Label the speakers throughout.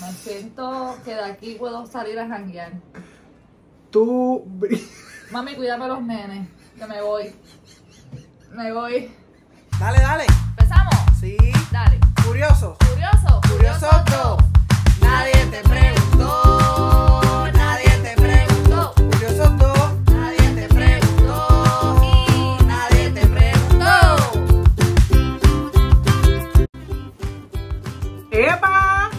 Speaker 1: Me siento que de aquí puedo salir a janguear.
Speaker 2: Tú. bri-
Speaker 1: Mami, cuídame los nenes, que me voy. Me voy.
Speaker 2: Dale, dale.
Speaker 1: ¿Empezamos?
Speaker 2: Sí.
Speaker 1: Dale.
Speaker 2: Curioso.
Speaker 1: Curioso.
Speaker 2: Curioso
Speaker 1: dos.
Speaker 2: dos. Nadie te preguntó. Nadie te preguntó. Curioso dos. Nadie te preguntó. Y nadie te preguntó. ¡Epa!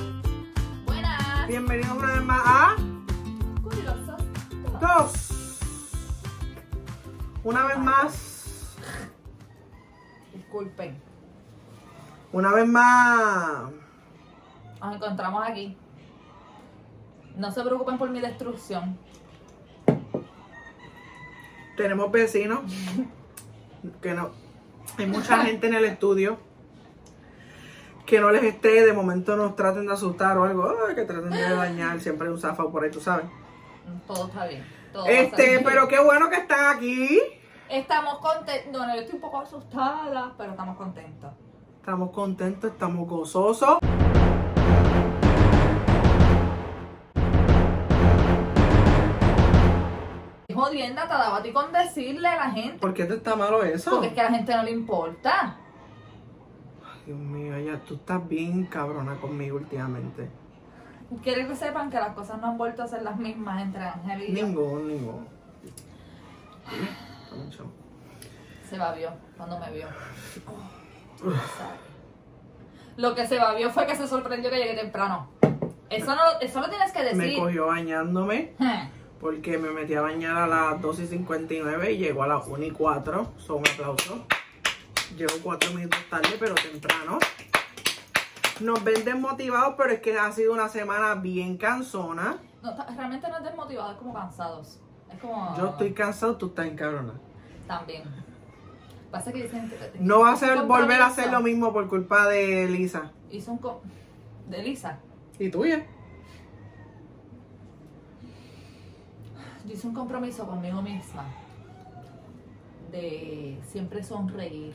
Speaker 1: Buenas.
Speaker 2: Bienvenidos una vez más a
Speaker 1: Curiosos. dos.
Speaker 2: Dos. Una vez más.
Speaker 1: Disculpen.
Speaker 2: Una vez más.
Speaker 1: Nos encontramos aquí. No se preocupen por mi destrucción.
Speaker 2: Tenemos vecinos. Que no. Hay mucha gente en el estudio. Que no les esté, de momento nos traten de asustar o algo. ay, que traten de dañar. Siempre hay un zafado por ahí, tú sabes.
Speaker 1: Todo está bien. Todo va a
Speaker 2: Este,
Speaker 1: salir bien.
Speaker 2: pero qué bueno que están aquí.
Speaker 1: Estamos contentos. Bueno, yo estoy un poco asustada, pero estamos contentos.
Speaker 2: Estamos contentos, estamos gozosos.
Speaker 1: Jodienda, te daba a ti con decirle a la gente.
Speaker 2: ¿Por qué te está malo eso?
Speaker 1: Porque es que a la gente no le importa.
Speaker 2: Dios mío, ya tú estás bien cabrona conmigo últimamente.
Speaker 1: Quiero que sepan que las cosas no han vuelto a ser las mismas entre Ángel y yo.
Speaker 2: Ningún, ningún. Dame un chamo.
Speaker 1: Se babió cuando me vio. Sabe. Lo que se babió fue que se sorprendió que llegué temprano. Eso no, eso lo tienes que
Speaker 2: Me
Speaker 1: decir.
Speaker 2: cogió bañándome porque me metí a bañar a las 2 y 59 y llegó a las 1 y 4. Son un aplauso. Llevo 4 minutos tarde, pero temprano. Nos ven desmotivados, pero es que ha sido una semana bien cansona.
Speaker 1: No, está- realmente no es desmotivado, es como cansados. Es como.
Speaker 2: Yo estoy cansado, tú estás encabrona.
Speaker 1: También. Pasa que dicen que.
Speaker 2: No va a ser volver a hacer lo
Speaker 1: Compromiso.
Speaker 2: mismo por culpa de Lisa.
Speaker 1: Hizo un. co- De Lisa.
Speaker 2: ¿Y tuya?
Speaker 1: Yo hice un compromiso conmigo misma. De siempre sonreír.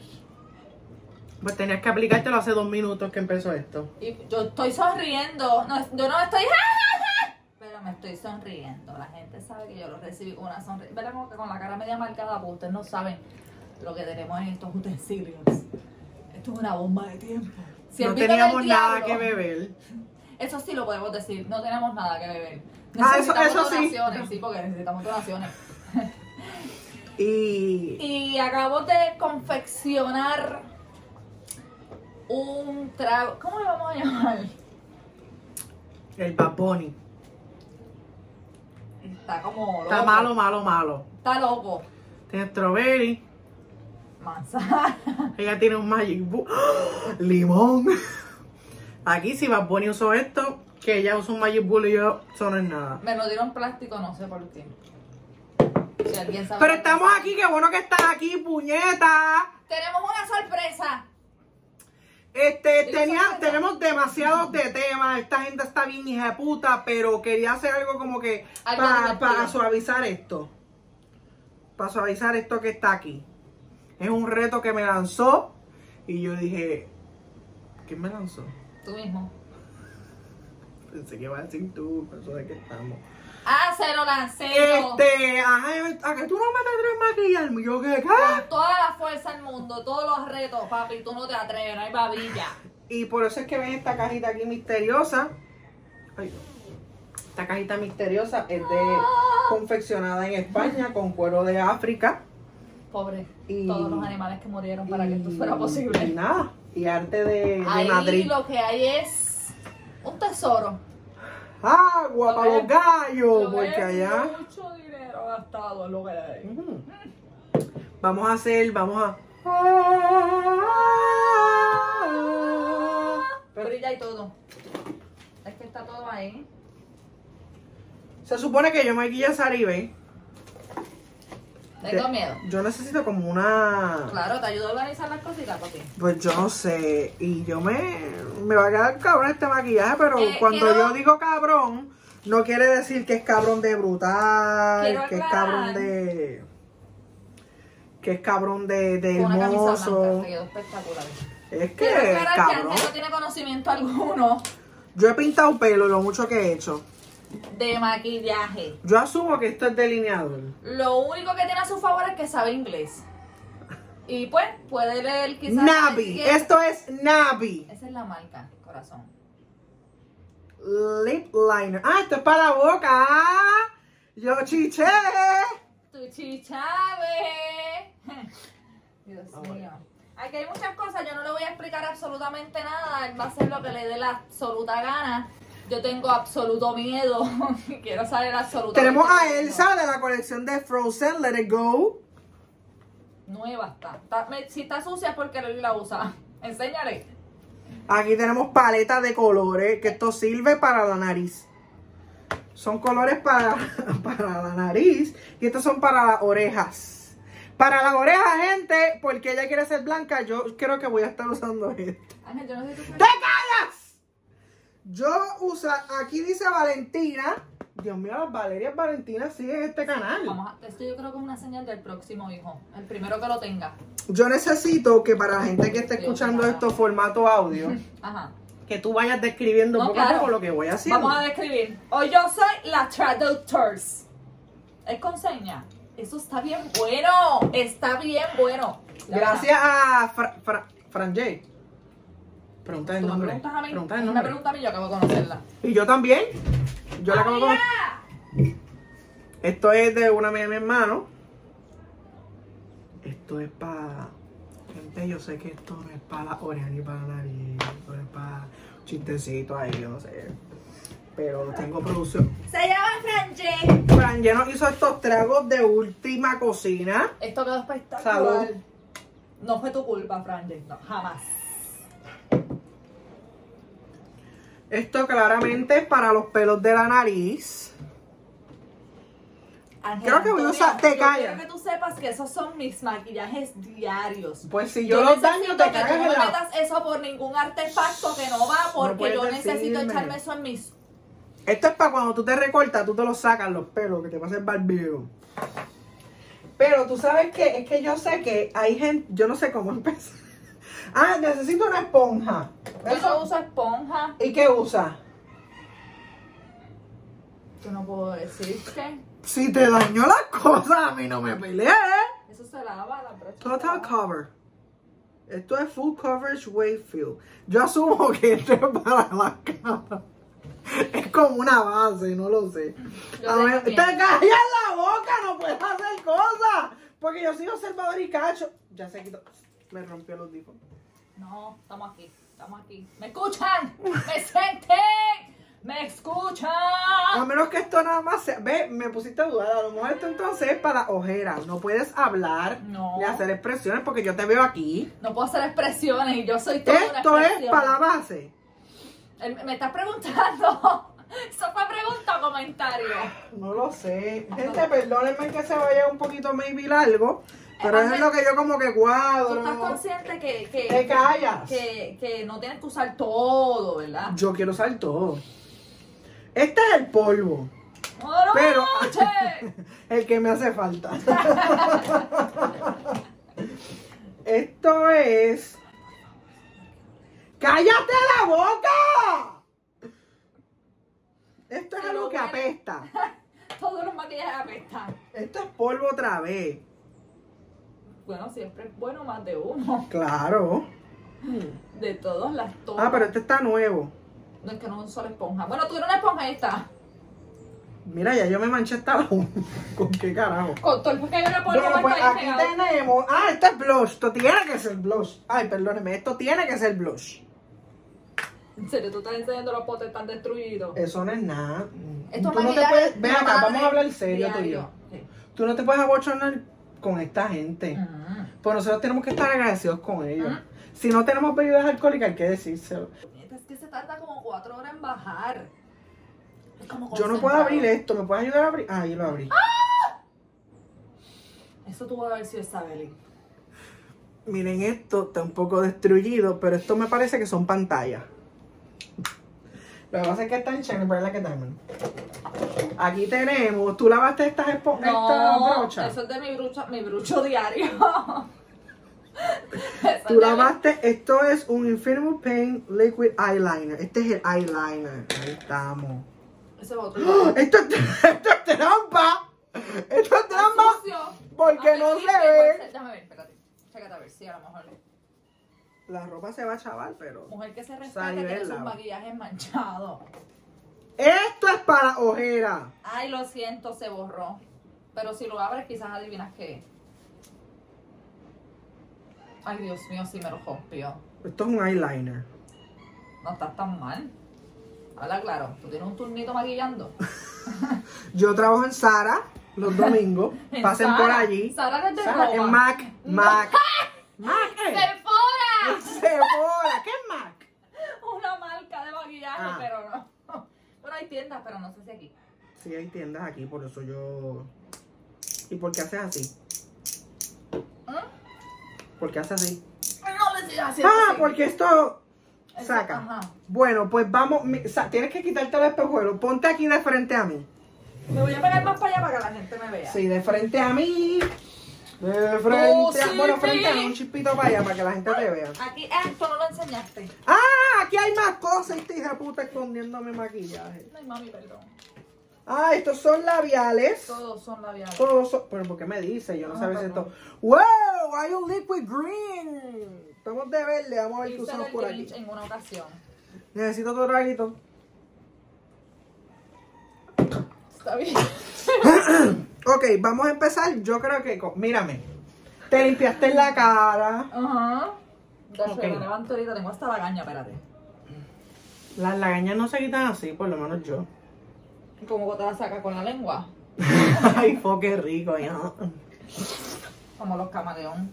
Speaker 2: Pues tenías que aplicártelo hace dos minutos que empezó esto.
Speaker 1: Y yo estoy sonriendo. No, yo no estoy. Pero me estoy sonriendo. La gente sabe que yo lo recibí con una sonrisa. ¿Verdad? Como que con la cara media marcada, pues ustedes no saben lo que tenemos en estos utensilios. Esto es una bomba de tiempo. Si el
Speaker 2: no
Speaker 1: vino del
Speaker 2: teníamos nada
Speaker 1: diablo-
Speaker 2: que beber.
Speaker 1: Eso sí lo podemos decir. No tenemos nada que beber.
Speaker 2: Ah, eso-
Speaker 1: Necesitamos
Speaker 2: eso sí.
Speaker 1: donaciones, sí, porque necesitamos donaciones.
Speaker 2: Y
Speaker 1: Y acabo de confeccionar un trago. ¿Cómo le vamos a llamar?
Speaker 2: el paponi.
Speaker 1: Está como.
Speaker 2: Está
Speaker 1: loco.
Speaker 2: malo, malo, malo.
Speaker 1: Está loco.
Speaker 2: Tiene strawberry.
Speaker 1: Manzana.
Speaker 2: Ella tiene un magic bu- ¡Ah! Limón. Aquí si Bad Bunny usó esto, que ella usa un magic bull y yo, eso no es nada.
Speaker 1: Me lo dieron plástico, no sé por qué. Si alguien sabe.
Speaker 2: Pero estamos aquí, qué bueno que estás aquí, puñeta.
Speaker 1: Tenemos una sorpresa.
Speaker 2: Este,
Speaker 1: Dile
Speaker 2: tenía,
Speaker 1: sorpresa.
Speaker 2: tenemos demasiados de temas. Esta gente está bien hija de puta, pero quería hacer algo como que
Speaker 1: Algo
Speaker 2: pa-
Speaker 1: divertido.
Speaker 2: para suavizar esto. Para suavizar esto que está aquí. Es un reto que me lanzó y yo dije, ¿quién me lanzó?
Speaker 1: Tú mismo.
Speaker 2: Pensé que iba a decir tú, pero eso de que estamos.
Speaker 1: Ah, se lo lancé. yo.
Speaker 2: Este, ajá, a que tú no me te atreves a maquillarme. Yo que, ¿qué?
Speaker 1: Con toda la fuerza del mundo, todos los retos, papi. Tú no te atreves, no hay babilla.
Speaker 2: Y por eso es que ven esta cajita aquí misteriosa. Ay, esta cajita misteriosa es de confeccionada en España con cuero de África.
Speaker 1: Pobre.
Speaker 2: Y-
Speaker 1: Todos los animales que murieron para que esto
Speaker 2: Y-
Speaker 1: fuera posible.
Speaker 2: Y nada. Y arte de, de
Speaker 1: Ahí
Speaker 2: Madrid.
Speaker 1: lo que hay es un tesoro.
Speaker 2: Agua
Speaker 1: Lo
Speaker 2: para
Speaker 1: que-
Speaker 2: ¡Ah, los gallos.
Speaker 1: Lo que
Speaker 2: Porque
Speaker 1: hay es
Speaker 2: allá.
Speaker 1: Mucho dinero gastado en lo que hay.
Speaker 2: Ujú. Vamos a hacer, vamos a. Pero-
Speaker 1: Brilla y todo. Es que está todo ahí.
Speaker 2: se supone que yo me guía Saribé.
Speaker 1: Tengo miedo.
Speaker 2: Yo necesito como una.
Speaker 1: Claro, te ayudo a organizar las cositas, papi.
Speaker 2: Pues yo no sé, y yo me, me va a quedar cabrón este maquillaje, pero
Speaker 1: Eh,
Speaker 2: cuando
Speaker 1: quiero-
Speaker 2: yo digo cabrón, no quiere decir que es cabrón de brutal,
Speaker 1: Quiero
Speaker 2: que es
Speaker 1: aclarar.
Speaker 2: cabrón de... que es cabrón de, de
Speaker 1: Con una camisa blanca,
Speaker 2: hermoso.
Speaker 1: te quedó espectacular.
Speaker 2: Es que
Speaker 1: Quiero
Speaker 2: es
Speaker 1: aclarar que
Speaker 2: cabrón.
Speaker 1: Ángel no tiene conocimiento alguno
Speaker 2: Yo he pintado pelo lo mucho que he hecho.
Speaker 1: de maquillaje.
Speaker 2: Yo asumo que esto es delineador.
Speaker 1: Lo único que tiene a su favor es que sabe inglés. Y pues, puede leer quizás.
Speaker 2: Nabi.
Speaker 1: cualquier-
Speaker 2: Esto es Nabi.
Speaker 1: Esa es la marca, corazón.
Speaker 2: Lip liner. Ah, esto es para la boca. Yo chiché.
Speaker 1: Tu chichave. Dios
Speaker 2: Ah,
Speaker 1: mío. Aquí hay muchas cosas, yo no le voy a explicar absolutamente nada. Él va a hacer lo que le dé la absoluta gana. Yo tengo absoluto miedo. Quiero saber absolutamente.
Speaker 2: Tenemos a
Speaker 1: todo.
Speaker 2: Elsa de la colección de Frozen, Let It Go.
Speaker 1: Nueva está. Está- me- si está sucia es porque él la usa. Enséñale.
Speaker 2: Aquí tenemos paletas de colores, que esto sirve para la nariz. Son colores para, para la nariz y estos son para las orejas. Para las orejas, gente, porque ella quiere ser blanca, yo creo que voy a estar usando esto.
Speaker 1: Ángel, yo no sé si tú
Speaker 2: ¡Te callas! Yo uso, aquí dice Valentina. Dios mío, las Valerias Valentinas siguen este canal.
Speaker 1: Vamos a- esto yo creo que es una señal del próximo hijo. El primero que lo tenga.
Speaker 2: Yo necesito que para la gente que esté escuchando estos formatos audio,
Speaker 1: Ajá.
Speaker 2: que tú vayas describiendo
Speaker 1: No,
Speaker 2: poco a
Speaker 1: claro.
Speaker 2: poco lo que voy haciendo.
Speaker 1: Vamos a describir. Hoy yo soy la Traductors. Es con seña. Eso está bien bueno. Está bien bueno. La
Speaker 2: Gracias a Fra, Fra- Fran J. Pregunta
Speaker 1: verdad. Tú
Speaker 2: el
Speaker 1: me
Speaker 2: nombre.
Speaker 1: preguntas a mí.
Speaker 2: Pregunta el
Speaker 1: Me
Speaker 2: nombre.
Speaker 1: preguntas Ah, a mí, yo acabo de conocerla.
Speaker 2: Y yo también. Yo la acabo de comer.
Speaker 1: ¡Amiga!
Speaker 2: Esto es de una amiga de mi hermano. Esto es para. Gente, yo sé que esto no es para la oreja ni para la nariz. Esto es para chistecito ahí, yo no sé. Pero tengo producción.
Speaker 1: Se llama Franje.
Speaker 2: Fran J nos hizo estos tragos de última cocina.
Speaker 1: Esto quedó espectacular.
Speaker 2: Salud.
Speaker 1: No fue tu culpa, Franje. No, jamás.
Speaker 2: Esto claramente es para los pelos de la nariz.
Speaker 1: Ángel
Speaker 2: Creo que voy a
Speaker 1: Antonio,
Speaker 2: usar- te
Speaker 1: yo
Speaker 2: callas.
Speaker 1: Quiero que tú sepas que esos son mis maquillajes diarios.
Speaker 2: Pues si yo, los daño,
Speaker 1: necesito
Speaker 2: te
Speaker 1: que tú
Speaker 2: cagas
Speaker 1: no
Speaker 2: en
Speaker 1: me
Speaker 2: la
Speaker 1: metas eso por ningún artefacto que no va, porque
Speaker 2: puedes
Speaker 1: yo necesito
Speaker 2: decirme.
Speaker 1: echarme eso en mis.
Speaker 2: Esto es para cuando tú te recortas, tú te los sacas los pelos, que te pasa el barbero. Pero tú sabes que es que yo sé que hay gente, yo no sé cómo empezar. Ah, necesito una esponja.
Speaker 1: Yo no uso esponja.
Speaker 2: ¿Y qué usa?
Speaker 1: Yo no puedo decirte.
Speaker 2: Si te dañó las cosas, a mí no me peleé.
Speaker 1: Eso se lava la brocha.
Speaker 2: Total cover. Esto es full coverage Wakefield. Yo asumo que esto es para la cara. Es como una base, no lo sé.
Speaker 1: Yo
Speaker 2: A
Speaker 1: tengo
Speaker 2: ver, te
Speaker 1: miedo.
Speaker 2: callas la boca, no puedes hacer cosas. Porque yo soy observador y cacho. Ya se quitó. Me rompió los audífono.
Speaker 1: No, estamos aquí. Estamos aquí. ¡Me escuchan! ¡Me sienten! ¡Me
Speaker 2: A
Speaker 1: escuchan!
Speaker 2: menos que esto nada más sea. Ve, me pusiste a dudar. A lo mejor esto entonces es para ojeras. No puedes hablar
Speaker 1: No.
Speaker 2: ni hacer expresiones porque yo te veo aquí.
Speaker 1: No puedo hacer expresiones y yo soy todo.
Speaker 2: Esto es para la base.
Speaker 1: Me estás preguntando. ¿Eso fue pregunta o comentario?
Speaker 2: No lo sé. Gente, perdónenme que se vaya un poquito maybe largo, pero eso es lo que yo como que
Speaker 1: Tú estás
Speaker 2: cuadro.
Speaker 1: consciente que, que,
Speaker 2: Te callas.
Speaker 1: que, que no tienes que usar todo, ¿verdad?
Speaker 2: Yo quiero usar todo. Este es el polvo,
Speaker 1: ¡Buenas
Speaker 2: pero
Speaker 1: noches!
Speaker 2: el que me hace falta. Esto es... ¡Cállate la boca! Esto es algo que apesta.
Speaker 1: Todos los maquillajes apestan.
Speaker 2: Esto es polvo otra vez.
Speaker 1: Bueno, siempre es bueno más de uno.
Speaker 2: Claro.
Speaker 1: De todas las tomas.
Speaker 2: Ah, pero este está nuevo.
Speaker 1: No es que no es solo esponja. Bueno, tú eres una esponja ahí está.
Speaker 2: Mira, ya yo me manché hasta la ¿Con qué carajo?
Speaker 1: Con todo el que hay una polvo
Speaker 2: Bueno, pues
Speaker 1: está ahí
Speaker 2: aquí
Speaker 1: pegado.
Speaker 2: tenemos. Ah, este es blush. Esto tiene que ser blush. Ay, perdóneme, esto tiene que ser blush.
Speaker 1: En serio, tú estás enseñando los potes tan destruidos.
Speaker 2: Eso no es nada.
Speaker 1: Estos
Speaker 2: Eh, tú no te
Speaker 1: maquillajes
Speaker 2: puedes. Ve acá,
Speaker 1: madre,
Speaker 2: vamos a hablar serio tú y yo.
Speaker 1: diario. Sí.
Speaker 2: Tú no te puedes abochonar con esta gente.
Speaker 1: Mm.
Speaker 2: Pues nosotros tenemos que estar agradecidos con ellos.
Speaker 1: Ujú.
Speaker 2: Si no tenemos bebidas alcohólicas, hay que decírselo.
Speaker 1: Es que se tarda como cuatro horas en bajar. Es como
Speaker 2: Yo no puedo
Speaker 1: concentrado.
Speaker 2: abrir ¿eh? esto. ¿Me puedes ayudar a abrir? Ah, yo lo abrí.
Speaker 1: Eso tuvo que haber sido Isabeli.
Speaker 2: Miren esto, está un poco destruido, pero esto me parece que son pantallas. Lo que pasa es que están chéveres, ¿verdad que también? Aquí tenemos, tú lavaste estas espo- estas brochas.
Speaker 1: Eso es de mi brucho, mi brucho diario.
Speaker 2: Tú lavaste, esto es un Infinity Paint Liquid Eyeliner. Este es el eyeliner. Ahí estamos.
Speaker 1: Ese es otro.
Speaker 2: ¡Ah! Esto, es- esto es trampa. Esto es trampa. porque no se ve.
Speaker 1: pues, Déjame ver, espérate. Chécate a ver si a lo mejor.
Speaker 2: La ropa se va a chaval, pero.
Speaker 1: Mujer que se respeta
Speaker 2: Salió
Speaker 1: tiene
Speaker 2: el
Speaker 1: sus
Speaker 2: lava.
Speaker 1: maquillajes manchados.
Speaker 2: Esto es para ojera.
Speaker 1: Ay, lo siento, se borró. Pero si lo abres, quizás adivinas qué es. Ay, Dios mío, sí me lo rompió.
Speaker 2: Esto es un eyeliner.
Speaker 1: No estás tan mal. Habla claro, tú tienes un turnito maquillando.
Speaker 2: Yo trabajo en Sara los domingos.
Speaker 1: En
Speaker 2: Pasen
Speaker 1: Zara.
Speaker 2: por allí.
Speaker 1: Zara es de
Speaker 2: Zara,
Speaker 1: ropa.
Speaker 2: en Mac. Mac. Mac. eh.
Speaker 1: ¡Sephora!
Speaker 2: Sephora. ¿Qué es Mac?
Speaker 1: Una marca de maquillaje,
Speaker 2: Ah.
Speaker 1: pero no. Bueno, hay tiendas, pero no sé si aquí.
Speaker 2: Sí, hay tiendas aquí, por eso yo. ¿Y por qué haces así?
Speaker 1: ¿Ah?
Speaker 2: ¿Por qué haces así?
Speaker 1: No le sigas haciendo
Speaker 2: Ah,
Speaker 1: así.
Speaker 2: porque esto
Speaker 1: Eso,
Speaker 2: saca.
Speaker 1: ajá.
Speaker 2: Bueno, pues vamos. mi- sa- tienes que quitarte el espejuelo. Ponte aquí de frente a mí.
Speaker 1: Me voy a pegar más para allá para que la gente me vea.
Speaker 2: Sí, de frente a mí. De
Speaker 1: Oh,
Speaker 2: frente a.
Speaker 1: sí,
Speaker 2: Bueno, frente a mí,
Speaker 1: sí.
Speaker 2: un chispito para allá para que la gente te vea.
Speaker 1: Aquí, ah, esto no lo enseñaste.
Speaker 2: ¡Ah! Aquí hay más cosas, esta hija de puta escondiendo mi maquillaje.
Speaker 1: Ay, mami, perdón.
Speaker 2: Ah, estos son labiales.
Speaker 1: Todos son labiales.
Speaker 2: Todos son. Pero, ¿por qué me dice? Yo no
Speaker 1: Ah,
Speaker 2: sabía si
Speaker 1: perdón.
Speaker 2: esto. ¡Wow! Hay un liquid green. Estamos de verde, vamos a ver qué
Speaker 1: Hice
Speaker 2: usamos
Speaker 1: del
Speaker 2: por
Speaker 1: Grinch
Speaker 2: aquí.
Speaker 1: en una ocasión.
Speaker 2: Necesito otro traguito.
Speaker 1: Está bien.
Speaker 2: Ok, vamos a empezar. Yo creo que. con- Mírame. Te limpiaste la cara.
Speaker 1: Ajá. Ya
Speaker 2: Ok.
Speaker 1: se me levanto ahorita, tengo hasta la gaña, espérate.
Speaker 2: Las lagañas no se quitan así, por lo menos yo.
Speaker 1: ¿Cómo te la sacas con la lengua?
Speaker 2: Ay, fo, qué rico. ya.
Speaker 1: Como los camaleón.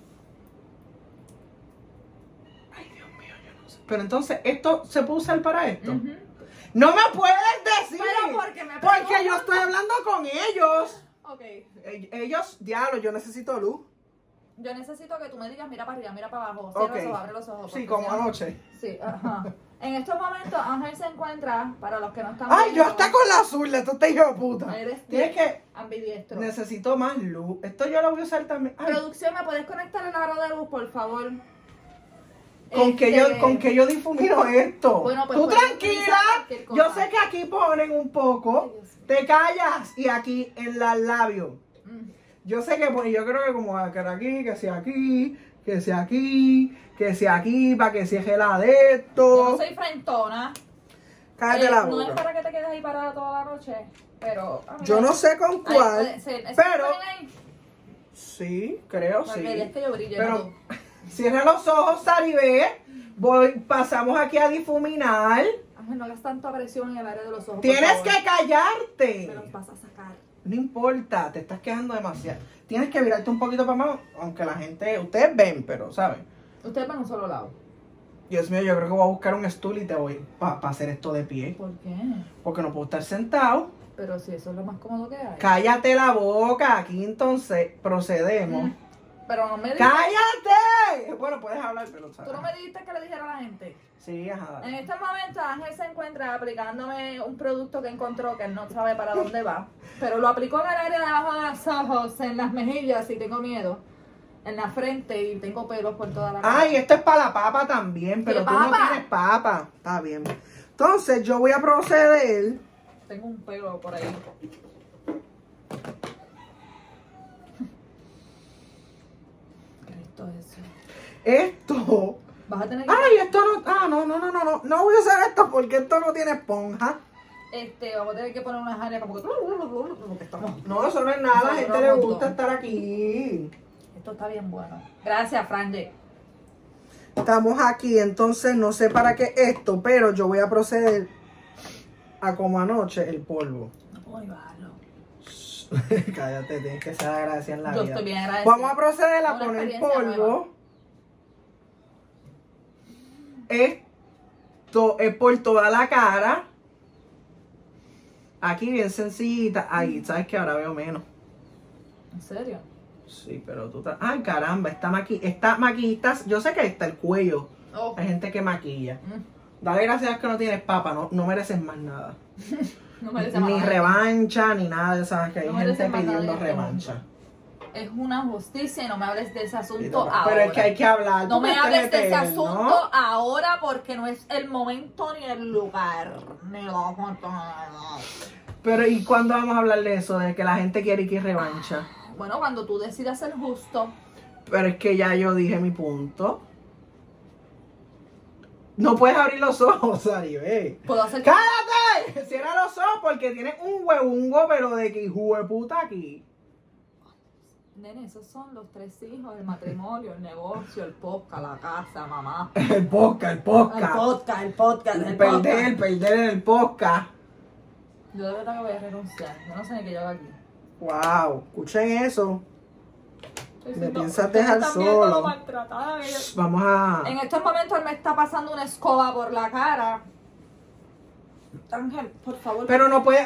Speaker 2: Pero entonces, ¿esto se puede usar para esto?
Speaker 1: Ujú.
Speaker 2: No me puedes decir.
Speaker 1: Pero porque me
Speaker 2: Porque
Speaker 1: preguntan.
Speaker 2: yo estoy hablando con ellos.
Speaker 1: Ok.
Speaker 2: Eh, Ellos, diablo, yo necesito luz.
Speaker 1: Yo necesito que tú me digas, mira para arriba, mira para abajo. Cierra
Speaker 2: Ok.
Speaker 1: los ojos, abre los ojos.
Speaker 2: Sí,
Speaker 1: porque
Speaker 2: como
Speaker 1: si no-
Speaker 2: anoche.
Speaker 1: Sí, ajá. En estos momentos, Ángel se encuentra, para los que no están
Speaker 2: Ay, yo
Speaker 1: viendo,
Speaker 2: hasta con la azul, esto te hijo de puta.
Speaker 1: Eres
Speaker 2: Tienes que.
Speaker 1: ambidiestro.
Speaker 2: Necesito más luz. Esto yo lo voy a usar también. Ay,
Speaker 1: Producción, ¿me puedes conectar el aro de luz, por favor?
Speaker 2: con, que
Speaker 1: Este,
Speaker 2: yo, con que yo difumino esto.
Speaker 1: Bueno, pues
Speaker 2: Tú
Speaker 1: puedes
Speaker 2: tranquila.
Speaker 1: utilizar cualquier cosa.
Speaker 2: Yo sé que aquí ponen un poco.
Speaker 1: Ay, Dios mío.
Speaker 2: Te callas. Y aquí en la labio.
Speaker 1: Mm.
Speaker 2: Yo sé que pues, yo creo que como va a quedar aquí, que sea aquí, que sea aquí, que sea aquí, para que cierre la de
Speaker 1: Yo
Speaker 2: esto.
Speaker 1: no soy frentona.
Speaker 2: Cállate
Speaker 1: Eh,
Speaker 2: Ah, la
Speaker 1: No es
Speaker 2: boca.
Speaker 1: para que te quedes ahí parada toda la noche, pero... ah, mira.
Speaker 2: Yo no sé con
Speaker 1: Ahí,
Speaker 2: cuál,
Speaker 1: eh, se- se
Speaker 2: pero
Speaker 1: ponen ahí
Speaker 2: sí, creo,
Speaker 1: Para que veas
Speaker 2: sí.
Speaker 1: que yo brillo,
Speaker 2: Pero
Speaker 1: ¿no?
Speaker 2: cierra los ojos, Saribé. Voy, pasamos aquí a difuminar.
Speaker 1: Ángel, no hagas tanta presión en el área de los ojos. por
Speaker 2: Tienes
Speaker 1: favor.
Speaker 2: que callarte.
Speaker 1: Me los vas a sacar.
Speaker 2: No importa, te estás quejando demasiado. Tienes que virarte un poquito para más, aunque la gente, ustedes ven, pero saben.
Speaker 1: Ustedes van a un solo lado.
Speaker 2: Dios mío, yo creo que voy a buscar un stool y te voy para hacer esto de pie.
Speaker 1: ¿Por qué?
Speaker 2: Porque no puedo estar sentado.
Speaker 1: Pero si eso es lo más cómodo que hay.
Speaker 2: Cállate la boca. Aquí entonces procedemos.
Speaker 1: Mm. Pero no me dijiste...
Speaker 2: ¡Cállate! Bueno, puedes hablar, pero
Speaker 1: Tú
Speaker 2: sabes.
Speaker 1: no me dijiste que le dijera a la gente.
Speaker 2: Sí, ajá.
Speaker 1: En este momento Ángel se encuentra aplicándome un producto que encontró que él no sabe para dónde va, pero lo aplicó en el área de abajo de los ojos, en las mejillas y tengo miedo, en la frente y tengo pelos por toda la cara.
Speaker 2: Ay, esto es para la papa también, pero
Speaker 1: ¿Qué
Speaker 2: tú no
Speaker 1: papa?
Speaker 2: tienes papa. Está bien. Entonces, yo voy a proceder.
Speaker 1: Tengo un pelo por ahí. Cristo Jesús.
Speaker 2: Esto.
Speaker 1: Vas a tener que...
Speaker 2: Ay, esto no. Ah, no, no, no, no, no. No voy a usar esto porque esto no tiene esponja.
Speaker 1: Este, vamos a tener que poner unas áreas como que... Porque estamos...
Speaker 2: No, eso no es nada. A la
Speaker 1: Eso
Speaker 2: gente
Speaker 1: dura
Speaker 2: le
Speaker 1: un
Speaker 2: gusta
Speaker 1: montón.
Speaker 2: estar aquí.
Speaker 1: Esto está bien bueno. Gracias, Franje.
Speaker 2: Estamos aquí, entonces no sé para qué esto, pero yo voy a proceder a como anoche el polvo.
Speaker 1: No puedo ni bajarlo.
Speaker 2: Cállate, tienes que ser agradecida en la
Speaker 1: Yo
Speaker 2: vida.
Speaker 1: estoy bien agradecida.
Speaker 2: Vamos a proceder a
Speaker 1: Una
Speaker 2: poner
Speaker 1: experiencia nueva.
Speaker 2: polvo. Esto es por toda la cara. Aquí bien sencillita. Ahí, sabes que ahora veo menos.
Speaker 1: ¿En serio?
Speaker 2: Sí, pero tú estás. Ay, caramba, esta maqui... esta maquillista. Yo sé que ahí está el cuello.
Speaker 1: Oh.
Speaker 2: Hay gente que maquilla.
Speaker 1: Mm.
Speaker 2: Dale gracias que no tienes papa, no, no mereces más nada.
Speaker 1: No merece más
Speaker 2: Ni
Speaker 1: nada.
Speaker 2: revancha, ni nada de esas que hay
Speaker 1: No mereces
Speaker 2: gente
Speaker 1: más nada
Speaker 2: pidiendo
Speaker 1: en este
Speaker 2: revancha.
Speaker 1: es una justicia y no me hables de ese
Speaker 2: Y
Speaker 1: asunto
Speaker 2: no-
Speaker 1: ahora.
Speaker 2: Pero es que hay que hablar. tú
Speaker 1: No me
Speaker 2: te
Speaker 1: hables de ese
Speaker 2: metes,
Speaker 1: asunto
Speaker 2: ¿no?
Speaker 1: ahora porque no es el momento ni el lugar. Ni la oportunidad.
Speaker 2: Pero ¿y cuándo vamos a hablar de eso? De que la gente quiere que revancha.
Speaker 1: Bueno, cuando tú decidas ser justo,
Speaker 2: Pero es que ya yo dije mi punto. No puedes abrir los ojos, Sari, ve.
Speaker 1: puedo hacer
Speaker 2: ¡Cállate! Cierra los ojos porque tienes un huevungo, pero de que hijo de puta aquí.
Speaker 1: Nene, esos son los tres hijos, el matrimonio, el negocio, el podcast, la casa, mamá.
Speaker 2: El podcast, el
Speaker 1: El
Speaker 2: podcast.
Speaker 1: podcast, el podcast, el
Speaker 2: El
Speaker 1: podcast.
Speaker 2: perder, el perder el podcast.
Speaker 1: Yo de verdad que voy a renunciar. Yo no sé ni qué yo hago aquí.
Speaker 2: Wow, escuchen eso.
Speaker 1: Estoy
Speaker 2: Me
Speaker 1: siendo-
Speaker 2: piensas
Speaker 1: ustedes
Speaker 2: dejar
Speaker 1: están viendo lo
Speaker 2: solo.
Speaker 1: maltratada que yo-
Speaker 2: Vamos a.
Speaker 1: En estos momentos él me está pasando una escoba por la cara. Ángel, por favor,
Speaker 2: Pero no puedes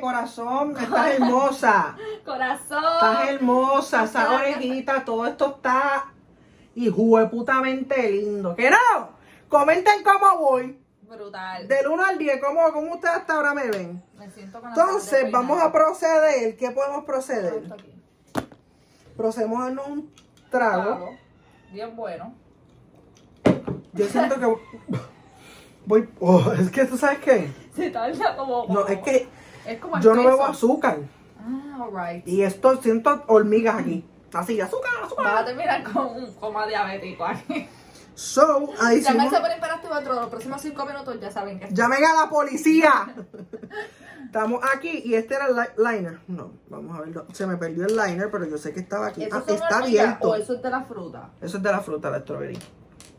Speaker 2: corazón. Estás hermosa. Estás
Speaker 1: corazón.
Speaker 2: hermosa. Esa orejita, todo esto está hijueputamente lindo. ¿Qué no? Comenten cómo voy.
Speaker 1: Brutal.
Speaker 2: Del 1 al 10, ¿cómo, cómo ustedes hasta ahora me ven?
Speaker 1: Me siento con la
Speaker 2: Entonces,
Speaker 1: sangre
Speaker 2: vamos a
Speaker 1: peinada.
Speaker 2: proceder. ¿Qué podemos proceder?
Speaker 1: Esto aquí.
Speaker 2: Procedemos a darnos un trago.
Speaker 1: Bravo. Bien bueno.
Speaker 2: Yo siento que voy... oh, es que tú sabes qué.
Speaker 1: Se tarda como.
Speaker 2: No, es que
Speaker 1: Es como el
Speaker 2: yo no
Speaker 1: queso.
Speaker 2: bebo azúcar.
Speaker 1: Ah, alright.
Speaker 2: Y esto siento hormigas aquí. Así, azúcar,
Speaker 1: Vas a
Speaker 2: azúcar.
Speaker 1: terminar con un coma diabético aquí.
Speaker 2: So, ahí
Speaker 1: Ya me
Speaker 2: hicimos-
Speaker 1: se ponen para este otro. Los próximos cinco minutos ya saben que.
Speaker 2: Llamen a la policía. Estamos aquí y este era el li- liner. No, vamos a verlo. Se me perdió el liner, pero yo sé que estaba aquí.
Speaker 1: ¿Eso
Speaker 2: Ah,
Speaker 1: son
Speaker 2: está
Speaker 1: hormigas
Speaker 2: abierto.
Speaker 1: O eso es de la fruta.
Speaker 2: Eso es de la fruta, la strawberry.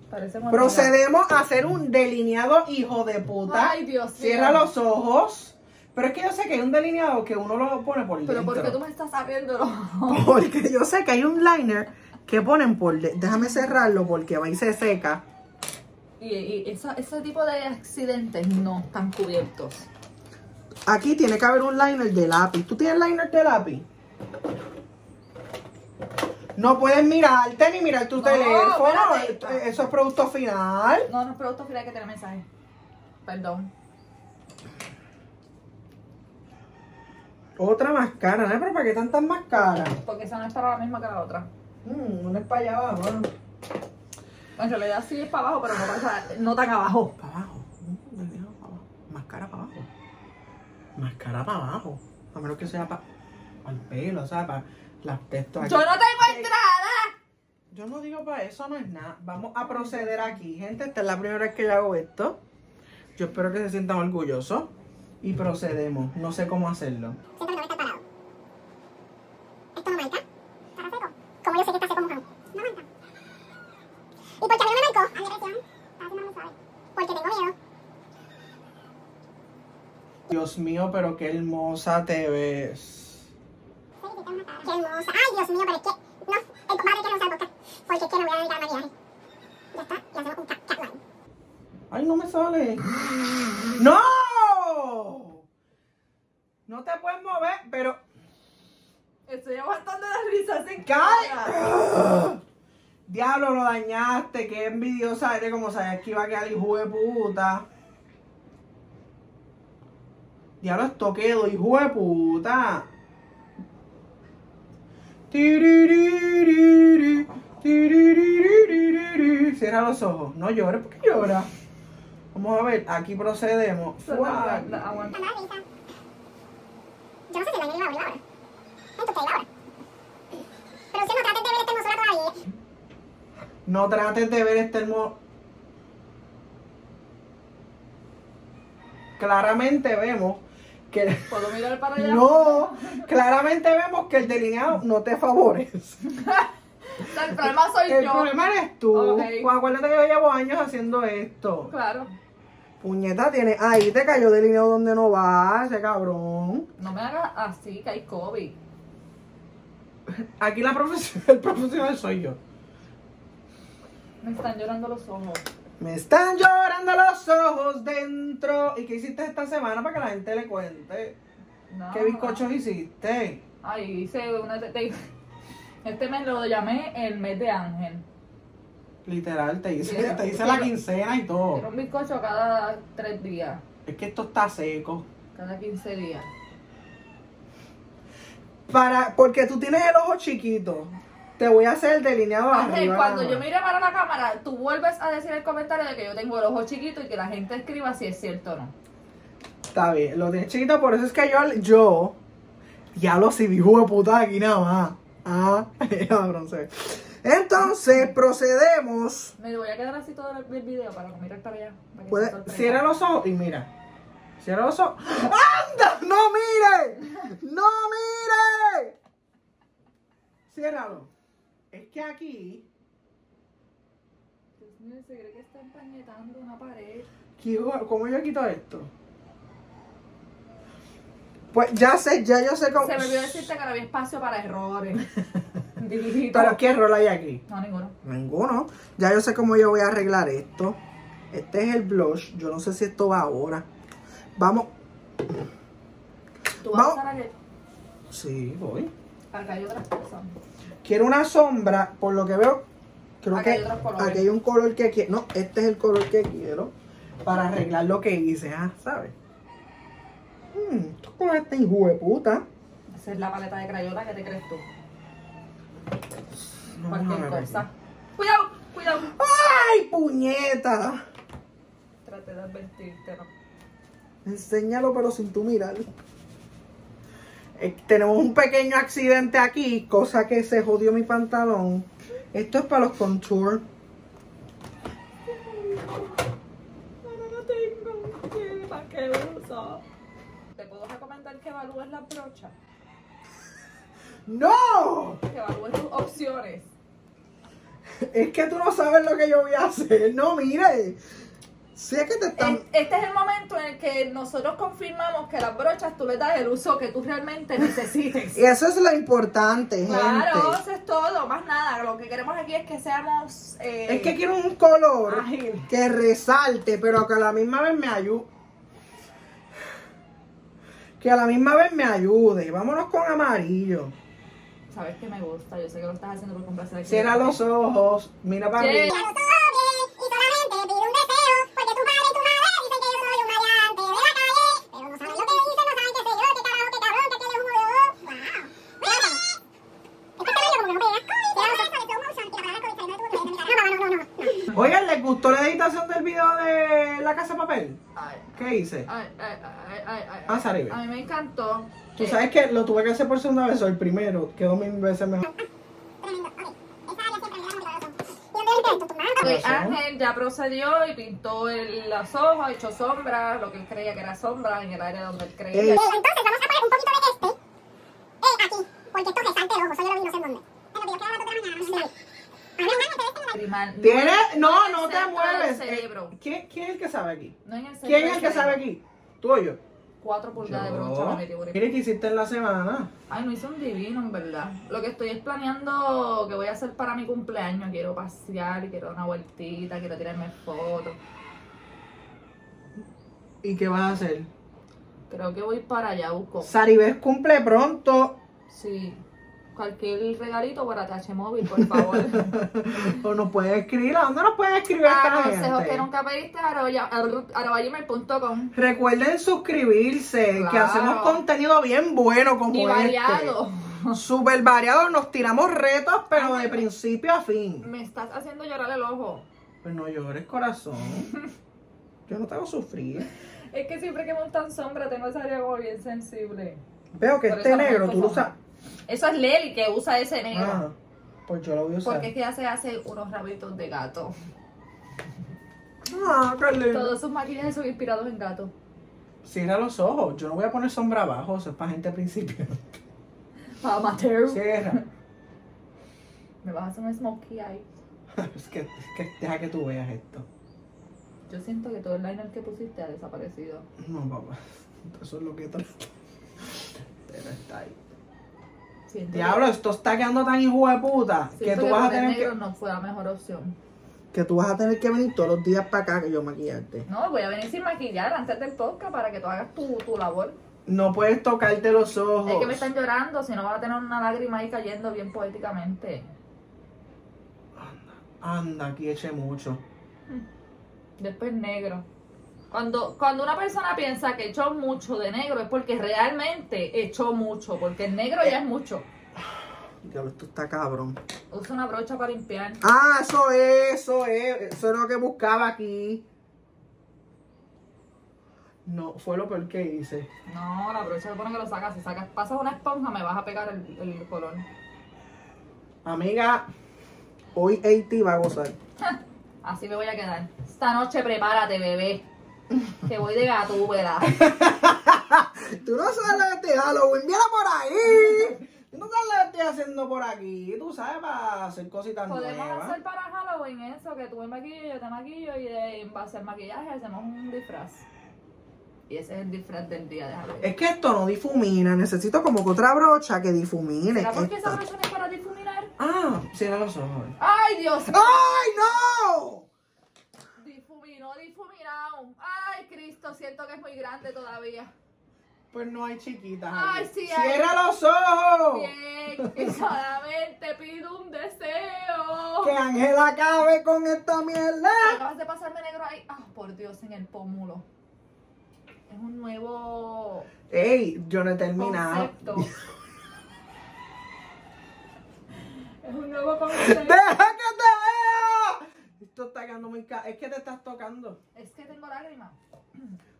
Speaker 1: Parece hormigas.
Speaker 2: Procedemos a hacer un delineado hijo de puta.
Speaker 1: Ay, Dios mío.
Speaker 2: Cierra los ojos. Pero es que yo sé que hay un delineado que uno lo pone por
Speaker 1: Pero
Speaker 2: dentro.
Speaker 1: ¿por qué tú me estás abriendo los ojos?
Speaker 2: Porque yo sé que hay un liner que ponen por dentro. Déjame cerrarlo porque va y se seca.
Speaker 1: Y, y esa- ese tipo de accidentes no están cubiertos.
Speaker 2: Aquí tiene que haber un liner de lápiz. ¿Tú tienes liner de lápiz? No puedes mirarte ni mirar tu
Speaker 1: No,
Speaker 2: teléfono. Eh,
Speaker 1: espérate.
Speaker 2: Eso es producto final.
Speaker 1: No, no, producto final que tiene mensaje. Perdón.
Speaker 2: Otra máscara, ¿no? Pero ¿para qué tantas máscaras?
Speaker 1: Porque esa no es para la misma que la otra.
Speaker 2: Mm, una es para allá abajo. ¿no?
Speaker 1: En realidad sí es para abajo, pero no, pasa- no tan abajo.
Speaker 2: Para abajo. Mm, del lado para abajo. Máscara para abajo. Máscara para abajo. A menos que sea para el pelo, o sea, para las textos aquí.
Speaker 1: ¡Yo no tengo entrada!
Speaker 2: Yo no digo para eso, no es nada. Vamos a proceder aquí, gente. Esta es la primera vez que yo hago esto. Yo espero que se sientan orgullosos. Y procedemos. No sé cómo hacerlo.
Speaker 3: Siento que no voy a estar parado. Esto no marca. ¿Está seco? Como yo sé que está seco mojado. No marca. ¿Y por qué a mí no me marcó? A mi reacción. Está haciendo muy suave. Porque tengo miedo.
Speaker 2: Dios mío, pero qué hermosa te ves.
Speaker 3: Sé que tengo una cara. Qué hermosa. Ay, Dios mío, pero es que... No, el compadre que no usa boca. Porque es que no voy a dedicar a maquillaje. Ya está. Y hacemos un cat catline.
Speaker 2: Ay, no me sale. ¡No! No te puedes mover, pero...
Speaker 1: Estoy aguantando la risa sin cara.
Speaker 2: ¡Cae! Diablo, lo dañaste. Qué envidiosa eres como sabes que iba a quedar hijo de puta. Diablo, esto quedó hijo de puta. Tiriririririri, tiririririri. Cierra los ojos. No llores, ¿por qué lloras? Vamos a ver, aquí procedemos. Fuá.
Speaker 1: Aguanta, aguanta.
Speaker 3: Dando la risa. Yo no sé si el baño iba a abrir ahora. Esto está ahí ahora. Pero usted no traten de ver esta hermosura todavía.
Speaker 2: No trates de ver este hermoso. Claramente vemos que.
Speaker 1: ¿Puedo mirar para allá?
Speaker 2: No, claramente vemos que el delineado no te favorece.
Speaker 1: O sea, El problema soy
Speaker 2: El
Speaker 1: yo.
Speaker 2: problema eres tú.
Speaker 1: Ok.
Speaker 2: Pues Acuérdate que yo llevo años haciendo esto.
Speaker 1: Claro.
Speaker 2: Puñeta tiene. Ahí te cayó delineado donde no va, ese cabrón.
Speaker 1: No me hagas así, que hay COVID.
Speaker 2: Aquí la profes- el profesional soy yo.
Speaker 1: Me están llorando los ojos.
Speaker 2: Me están llorando los ojos dentro. ¿Y qué hiciste esta semana para que la gente le cuente?
Speaker 1: No,
Speaker 2: ¿Qué bizcochos hiciste?
Speaker 1: Ay, hice una. te- te- Este mes lo llamé el mes de Ángel.
Speaker 2: Literal, te hice,
Speaker 1: Quiero-
Speaker 2: te hice la
Speaker 1: quiero-
Speaker 2: quincena y
Speaker 1: Era
Speaker 2: todo.
Speaker 1: un bizcocho cada tres días,
Speaker 2: Es que esto está seco.
Speaker 1: cada 15 días.
Speaker 2: Para, porque tú tienes el ojo chiquito. Te voy a hacer el delineado
Speaker 1: Ángel,
Speaker 2: Ah, arriba.
Speaker 1: Ah, cuando
Speaker 2: nada
Speaker 1: yo
Speaker 2: más.
Speaker 1: mire para la cámara, tú vuelves a decir el comentario de que yo tengo el ojo chiquito y que la gente escriba si es cierto o no.
Speaker 2: Está bien, lo tienes chiquito, por eso es que yo, yo diablo si dijo de puta aquí nada más. Ah, cabrón, se ve. Entonces, procedemos.
Speaker 1: Me voy a quedar así todo el el video para no mirar para allá. para que
Speaker 2: Puede-
Speaker 1: se sorprenda.
Speaker 2: cierra los ojos y mira. Cierra los ojos. ¡Anda! ¡No mire! ¡No mire! Ciérralo. Es que aquí,
Speaker 1: Dios mío, se cree que está empañetando una pared.
Speaker 2: quiero- ¿cómo yo quito esto? Pues ya sé, ya yo sé cómo.
Speaker 1: Se me olvidó decirte que no había espacio para errores. Dijito.
Speaker 2: Pero ¿qué error hay aquí?
Speaker 1: No, ninguno.
Speaker 2: Ninguno. Ya yo sé cómo yo voy a arreglar esto. Este es el blush. Yo no sé si esto va ahora. Vamos.
Speaker 1: Tú vas a
Speaker 2: Vamos.
Speaker 1: usar aquel.
Speaker 2: Sí, voy.
Speaker 1: Acá hay otras cosas.
Speaker 2: Quiero una sombra, por lo que veo. Creo
Speaker 1: Aquí
Speaker 2: que
Speaker 1: hay otros colores.
Speaker 2: aquí hay un color que quiero. No, este es el color que quiero para arreglar lo que hice. Ah, ¿sabes? Mmm, estos colores están hijo de puta.
Speaker 1: Esa es la paleta de crayola que te crees tú.
Speaker 2: Vamos a
Speaker 1: Cualquier
Speaker 2: ver aquí.
Speaker 1: cosa. Cuidado, cuidado.
Speaker 2: ¡Ay, puñeta!
Speaker 1: Traté de advertirte, ¿no?
Speaker 2: Enséñalo, pero sin tú mirar. Eh, tenemos un pequeño accidente aquí, cosa que se jodió mi pantalón. Esto es para los contour.
Speaker 1: Ahora no tengo crema que usar. ¿Te puedo recomendar que evalúes la brocha?
Speaker 2: ¡No!
Speaker 1: Que evalúes tus opciones.
Speaker 2: Es que tú no sabes lo que yo voy a hacer. No, mire. Si es que te están...
Speaker 1: Es- Este es el momento en el que nosotros confirmamos que las brochas tú le das el uso que tú realmente necesites.
Speaker 2: Y eso es lo importante, gente.
Speaker 1: Claro, eso es todo, más nada. Lo que queremos aquí es que seamos. eh,
Speaker 2: Es que quiero un color
Speaker 1: Ágil.
Speaker 2: que resalte, pero que a la misma vez me ayude. Que a la misma vez me ayude. Vámonos con amarillo.
Speaker 1: Sabes que me gusta, yo sé que lo estás haciendo por complacer. al
Speaker 2: Cierra
Speaker 1: cliente.
Speaker 2: los ojos, mira para
Speaker 1: Sí.
Speaker 2: arriba.
Speaker 3: Mira los ojos y solamente pido un deseo, porque tu padre y tu madre dicen que yo soy un variante de la calle, pero no saben lo que dicen, no saben qué sé yo, qué carajo, qué cabrón, que tiene un modelo. Wow. Mira, este cabello como que no pega. Cierra los ojos, slow motion, tira para adelante, no te burles, mira. No, no, no, no, no.
Speaker 2: Oigan, ¿les gustó la editación del video de La Casa de Papel?
Speaker 1: Ay,
Speaker 2: ¿Qué hice?
Speaker 1: ay, ay, ay, ay, ay.
Speaker 2: Ah, Saribel.
Speaker 1: A mí me encantó. Eh,
Speaker 2: Tú
Speaker 1: que-
Speaker 2: sabes que lo tuve que hacer por segunda vez, o el primero, quedó mil veces mejor.
Speaker 3: Tremendo. Ok, esa área siempre me da como que los ojos. ¿Y dónde entra esto? Tu madre.
Speaker 1: que
Speaker 2: Razón.
Speaker 1: Ángel ya procedió y pintó el- las hojas, echó sombras, lo que él creía que era sombra en el área donde él creía.
Speaker 2: Ey.
Speaker 3: Eh, entonces vamos a poner un poquito de este eh, aquí, porque esto resalta el ojo, eso yo lo vi no sé en dónde. Pero que yo quedaba de la mañana, no sé. A ver, Ángel, te ves en la-
Speaker 1: Primal.
Speaker 2: ¿Tiene? No,
Speaker 1: en
Speaker 2: no
Speaker 1: el
Speaker 2: te
Speaker 1: centro
Speaker 2: mueves.
Speaker 1: del cerebro.
Speaker 2: Eh, ¿Quién, quién es el que sabe aquí?
Speaker 1: No en el centro
Speaker 2: ¿Quién es
Speaker 1: del
Speaker 2: el que sabe
Speaker 1: cerebro.
Speaker 2: aquí? ¿Tú o yo?
Speaker 1: Cuatro pulgadas de brocha me metí por ahí.
Speaker 2: Mire que hiciste en la semana.
Speaker 1: Ay, no hice un divino, en verdad. Lo que estoy es planeando que voy a hacer para mi cumpleaños. Quiero pasear, quiero dar una vueltita, quiero tirarme fotos.
Speaker 2: ¿Y qué vas a hacer?
Speaker 1: Creo que voy para Yauco.
Speaker 2: Saribes cumple pronto.
Speaker 1: Sí. Cualquier regalito para TH Móvil, por favor.
Speaker 2: O nos puede escribir. ¿A dónde nos puede escribir esta
Speaker 1: Ah,
Speaker 2: gente?
Speaker 1: consejos que nunca pediste, arroba- arro- arroba gmail.com.
Speaker 2: Recuerden suscribirse, que
Speaker 1: Claro.
Speaker 2: hacemos contenido bien bueno como
Speaker 1: Y
Speaker 2: este.
Speaker 1: variado.
Speaker 2: Súper variado, nos tiramos retos, pero
Speaker 1: Ay,
Speaker 2: de
Speaker 1: me-
Speaker 2: principio a fin.
Speaker 1: Me estás haciendo llorar el ojo.
Speaker 2: Pues no llores, corazón. Yo no te hago sufrir.
Speaker 1: Es que siempre que montan sombra tengo esa área como bien sensible.
Speaker 2: Veo que
Speaker 1: Por
Speaker 2: este
Speaker 1: eso
Speaker 2: negro,
Speaker 1: no
Speaker 2: tú lo
Speaker 1: usas.
Speaker 2: usas.
Speaker 1: Eso es Leli que usa ese
Speaker 2: Ah,
Speaker 1: negro.
Speaker 2: pues yo lo voy a usar.
Speaker 1: Porque es que ella se hace unos rabitos de gato.
Speaker 2: Ah, qué lindo.
Speaker 1: Todos sus maquillajes son inspirados en gato.
Speaker 2: Cierra los ojos. Yo no voy a poner sombra abajo, eso es para gente principiante.
Speaker 1: Amateur.
Speaker 2: Cierra.
Speaker 1: Me vas a hacer un smokey ahí.
Speaker 2: es, que, es que deja que tú veas esto.
Speaker 1: Yo siento que todo el liner que pusiste ha desaparecido.
Speaker 2: No, papá. Eso es lo que trato. Pero está ahí.
Speaker 1: Siento que-
Speaker 2: Diablo, esto está quedando tan hijo de puta
Speaker 1: siento
Speaker 2: que tú vas a
Speaker 1: poner
Speaker 2: tener que.
Speaker 1: negro no fue la mejor opción.
Speaker 2: que tú vas a tener que venir todos los días para acá que yo maquillarte.
Speaker 1: No, voy a venir sin maquillar antes del podcast para que tú hagas tu, tu labor.
Speaker 2: No puedes tocarte los ojos.
Speaker 1: Es que me están llorando, si no van a tener una lágrima ahí cayendo bien poéticamente.
Speaker 2: Anda, aquí eche mucho.
Speaker 1: Después negro. Cuando, cuando una persona piensa que echó mucho de negro es porque realmente echó mucho, porque el negro ya es mucho.
Speaker 2: Diablo, esto está cabrón.
Speaker 1: Usa una brocha para limpiar.
Speaker 2: Ah, eso es, eso es. Eso es lo que buscaba aquí. No, fue lo peor que hice.
Speaker 1: No, la brocha se pone que lo sacas. Si sacas, pasas una esponja, me vas a pegar el, el color.
Speaker 2: Amiga, hoy AT va a gozar.
Speaker 1: Así me voy a quedar. Esta noche prepárate, bebé. Que voy de gatúbela.
Speaker 2: Tú no sabes lo que estoy Halloween, viene por ahí. Tú no sabes lo que estoy haciendo por aquí. Tú sabes para hacer cositas
Speaker 1: Podemos
Speaker 2: nuevas.
Speaker 1: hacer para Halloween eso, que tú me maquillo, yo te maquillo y de, en base al maquillaje hacemos un disfraz. Y ese es el disfraz del día de Halloween.
Speaker 2: Es que esto no difumina. Necesito como que otra brocha que difumine.
Speaker 1: ¿Será porque
Speaker 2: esta.
Speaker 1: esa brocha no es para difuminar?
Speaker 2: Ah, cierra los ojos.
Speaker 1: ¡Ay, Dios mío!
Speaker 2: ¡Ay, no!
Speaker 1: Difuminó, difuminado. ¡Ay, Cristo! Siento que es muy grande todavía.
Speaker 2: Pues no hay chiquitas.
Speaker 1: Ay,
Speaker 2: aquí.
Speaker 1: sí hay.
Speaker 2: ¡Cierra los ojos!
Speaker 1: Bien, y solamente pido un deseo.
Speaker 2: Que Ángela acabe con esta mierda.
Speaker 1: Acabas de pasarme negro ahí. ¡Ah, por Dios! En el pómulo. Es un nuevo
Speaker 2: Ey, yo no he terminado.
Speaker 1: concepto. es un nuevo
Speaker 2: ¡Deja que te
Speaker 1: concepto.
Speaker 2: vea! Esto está quedando muy caro. Es que te estás tocando.
Speaker 1: Es que tengo lágrimas.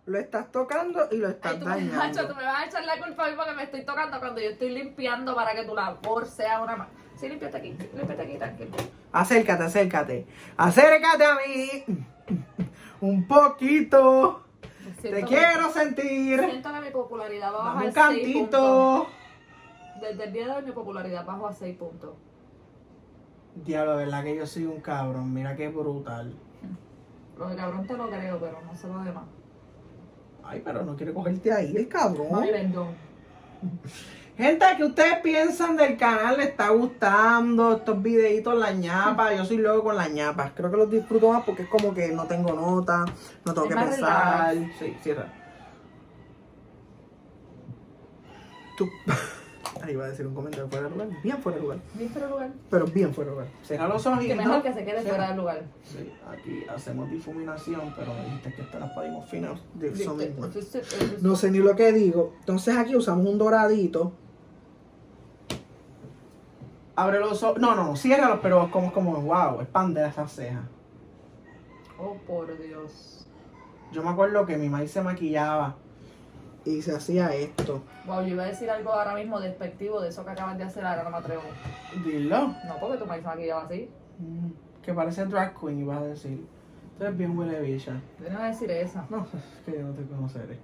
Speaker 2: Lo estás tocando y lo estás
Speaker 1: Ay, tú, me,
Speaker 2: dañando.
Speaker 1: macho, tú me vas a echar la culpa a mí porque me estoy tocando cuando yo estoy limpiando para que tu labor sea una más. Sí, límpiate aquí, límpiate aquí, tranquilo.
Speaker 2: Acércate, acércate. Acércate a mí. Un poquito.
Speaker 1: Siento
Speaker 2: Te
Speaker 1: que-
Speaker 2: quiero sentir.
Speaker 1: Siento que mi popularidad va a bajar
Speaker 2: Dame un
Speaker 1: seis puntos.
Speaker 2: cantito.
Speaker 1: Desde el día de hoy mi popularidad bajó a 6 puntos.
Speaker 2: Diablo, verdad que yo soy un cabrón. Mira qué brutal.
Speaker 1: Lo de cabrón te lo creo, pero no sé lo demás.
Speaker 2: Ay, pero no quiere cogerte ahí el cabrón.
Speaker 1: Ay, perdón.
Speaker 2: Gente, ¿qué ustedes piensan del canal? ¿Les está gustando estos videitos, la ñapa? Yo soy loco con las ñapas. Creo que los disfruto más porque es como que no tengo nota, no tengo
Speaker 1: Es
Speaker 2: que
Speaker 1: más
Speaker 2: pensar.
Speaker 1: relajado.
Speaker 2: Sí, cierra. Tú... Ahí iba a decir un comentario fuera de lugar. Bien fuera de lugar.
Speaker 1: Bien fuera el lugar.
Speaker 2: Pero bien fuera de lugar. Cierra los ojos y...
Speaker 1: Que mejor que se quede
Speaker 2: Sí.
Speaker 1: fuera del lugar.
Speaker 2: Sí, aquí hacemos difuminación, pero dijiste que estas las pedimos finas. De eso mismo. No
Speaker 1: No
Speaker 2: sé ni lo que digo. Entonces aquí usamos un doradito. Abre los ojos. No, no, no, ciérralos, pero como, como, wow, expande esas cejas.
Speaker 1: Oh, por Dios.
Speaker 2: Yo me acuerdo que mi maíz se maquillaba y se hacía esto.
Speaker 1: Wow, yo iba a decir algo ahora mismo despectivo de eso que acabas de hacer, ahora no me atrevo.
Speaker 2: Dilo.
Speaker 1: No, porque tu maíz se maquillaba así.
Speaker 2: Mm, Que parece drag queen, ibas a decir. Tú eres bien huele bicha.
Speaker 1: Yo no iba a decir esa.
Speaker 2: No, es que yo no te conoceré.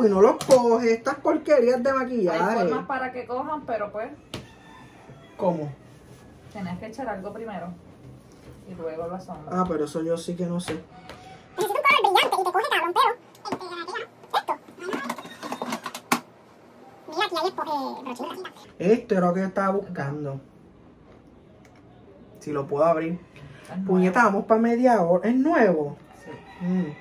Speaker 2: Y no los coge estas porquerías de
Speaker 1: Hay
Speaker 2: maquillaje.
Speaker 1: formas para que cojan, pero pues
Speaker 2: ¿Cómo?
Speaker 1: tenías que echar algo primero. Y luego lo asombra.
Speaker 2: Ah, pero eso yo sí que no sé.
Speaker 3: eh,
Speaker 2: Esto era lo que yo estaba buscando. Si lo puedo abrir.
Speaker 1: Es nuevo.
Speaker 2: Puñeta, vamos para media hora. Es nuevo.
Speaker 1: Sí.
Speaker 2: Mm.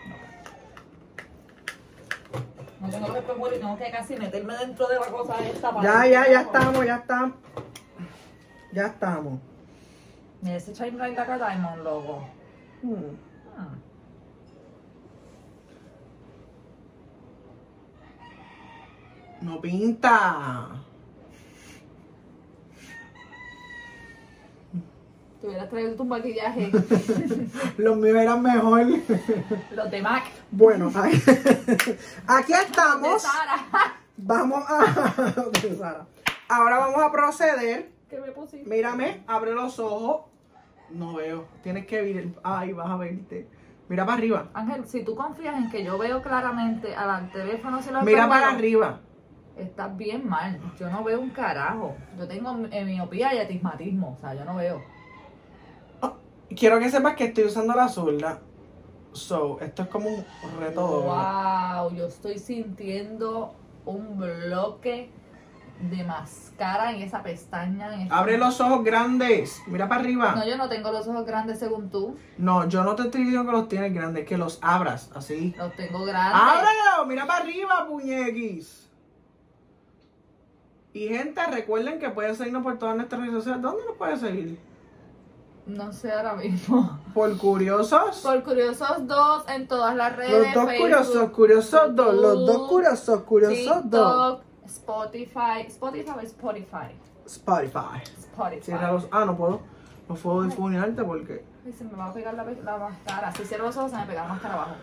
Speaker 1: No tengo que y tengo que casi meterme dentro de la cosa esta
Speaker 2: Ya, ya, ya estamos, ya estamos. Ya estamos.
Speaker 1: Mira, ese Shine Bright Like a Diamond, loco.
Speaker 2: Mm.
Speaker 1: Hmm.
Speaker 2: No pinta.
Speaker 1: Te hubieras traído tu maquillaje.
Speaker 2: Los míos eran mejor.
Speaker 1: Los de Mac.
Speaker 2: Bueno, aquí, aquí
Speaker 1: De
Speaker 2: estamos.
Speaker 1: Sara.
Speaker 2: Vamos a. de Sara. Ahora vamos a proceder.
Speaker 1: ¿Qué me pusiste?
Speaker 2: Mírame, abre los ojos. No veo. Tienes que ver. Ay, vas a verte. Mira para arriba.
Speaker 1: Ángel, si tú confías en que yo veo claramente al teléfono celular,
Speaker 2: Mira
Speaker 1: pero
Speaker 2: para
Speaker 1: no,
Speaker 2: arriba.
Speaker 1: Estás bien mal. Yo no veo un carajo. Yo tengo mi- miopía y atismatismo. O sea, yo no veo.
Speaker 2: Quiero que sepas que estoy usando la zurda. So, esto es como un reto doble.
Speaker 1: Wow, yo estoy sintiendo un bloque de mascara en esa pestaña. En esta-
Speaker 2: Abre los ojos grandes. Mira para arriba.
Speaker 1: No, yo no tengo los ojos grandes según tú.
Speaker 2: No, yo no te estoy diciendo que los tienes grandes, que los abras, así.
Speaker 1: Los tengo grandes.
Speaker 2: ¡Ábrelo! Mira para arriba, puñequis. Y gente, recuerden que pueden seguirnos por todas nuestras redes sociales. ¿Dónde nos pueden seguir?
Speaker 1: No sé ahora mismo.
Speaker 2: Por curiosos.
Speaker 1: Por Curiosos 2 en todas las redes.
Speaker 2: los dos
Speaker 1: Facebook,
Speaker 2: curiosos, curiosos dos. Los dos
Speaker 1: YouTube,
Speaker 2: curiosos, curiosos dos.
Speaker 1: TikTok, Spotify. Spotify o Spotify.
Speaker 2: Spotify.
Speaker 1: Spotify.
Speaker 2: Cierra los. Ah, no puedo. No puedo difuminarte porque.
Speaker 1: Ay, se me va a pegar la, pe- la máscara. Si cierro los ojos, se me pega la máscara abajo.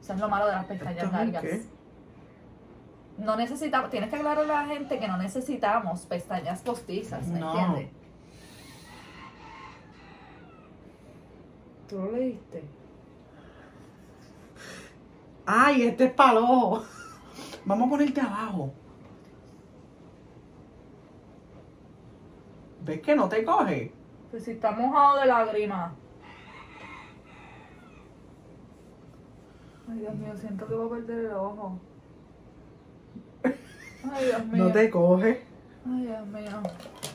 Speaker 1: Eso es lo malo de las pestañas
Speaker 2: ¿Esto es un
Speaker 1: largas.
Speaker 2: qué?
Speaker 1: No necesitamos, tienes que aclararle a la gente que no necesitamos pestañas postizas, ¿me
Speaker 2: No.
Speaker 1: entiendes? ¿Tú lo leíste?
Speaker 2: ¡Ay, este es para Vamos a ponerte abajo. ¿Ves que no te coge?
Speaker 1: Pues si está mojado de lágrimas. Ay, Dios mío, siento que voy a perder el ojo. Ay, Dios mío.
Speaker 2: No te coge.
Speaker 1: Ay, Dios mío.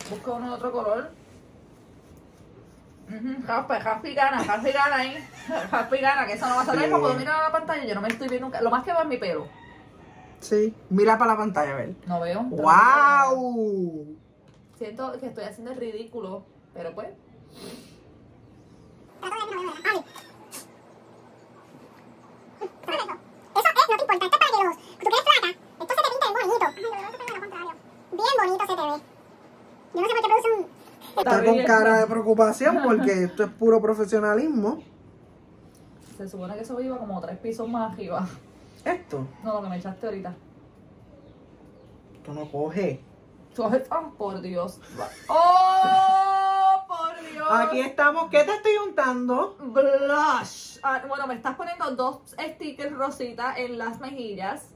Speaker 1: Busca uno de otro color. Ujú, Jaspe, jaspe y gana, jaspe y gana ahí. Jaspe y gana, que eso no va a salir.
Speaker 2: Sí.
Speaker 1: No puedo mirar a la pantalla, yo no me estoy viendo. un ca- Lo más que va es mi pelo.
Speaker 2: Sí. Mira para la pantalla, a ver.
Speaker 1: No veo.
Speaker 2: ¡Wow!
Speaker 1: Siento que estoy haciendo el ridículo, pero pues.
Speaker 3: Eso es, no te importa, esto es para que los. Tú que eres flaca, esto se te pinta bien bonito. Ay, yo creo que se te ve lo contrario. Bien bonito se te ve. Yo no sé por qué producen.
Speaker 2: Está con cara de preocupación porque esto es puro profesionalismo.
Speaker 1: Se supone que eso iba como tres pisos más arriba.
Speaker 2: Esto,
Speaker 1: No, lo que me echaste ahorita.
Speaker 2: esto no coge.
Speaker 1: Tú haces- ¡Oh, por Dios! ¡Oh, por Dios!
Speaker 2: Aquí estamos. ¿Qué te estoy untando?
Speaker 1: Blush. Ah, bueno, me estás poniendo dos stickers rosita en las mejillas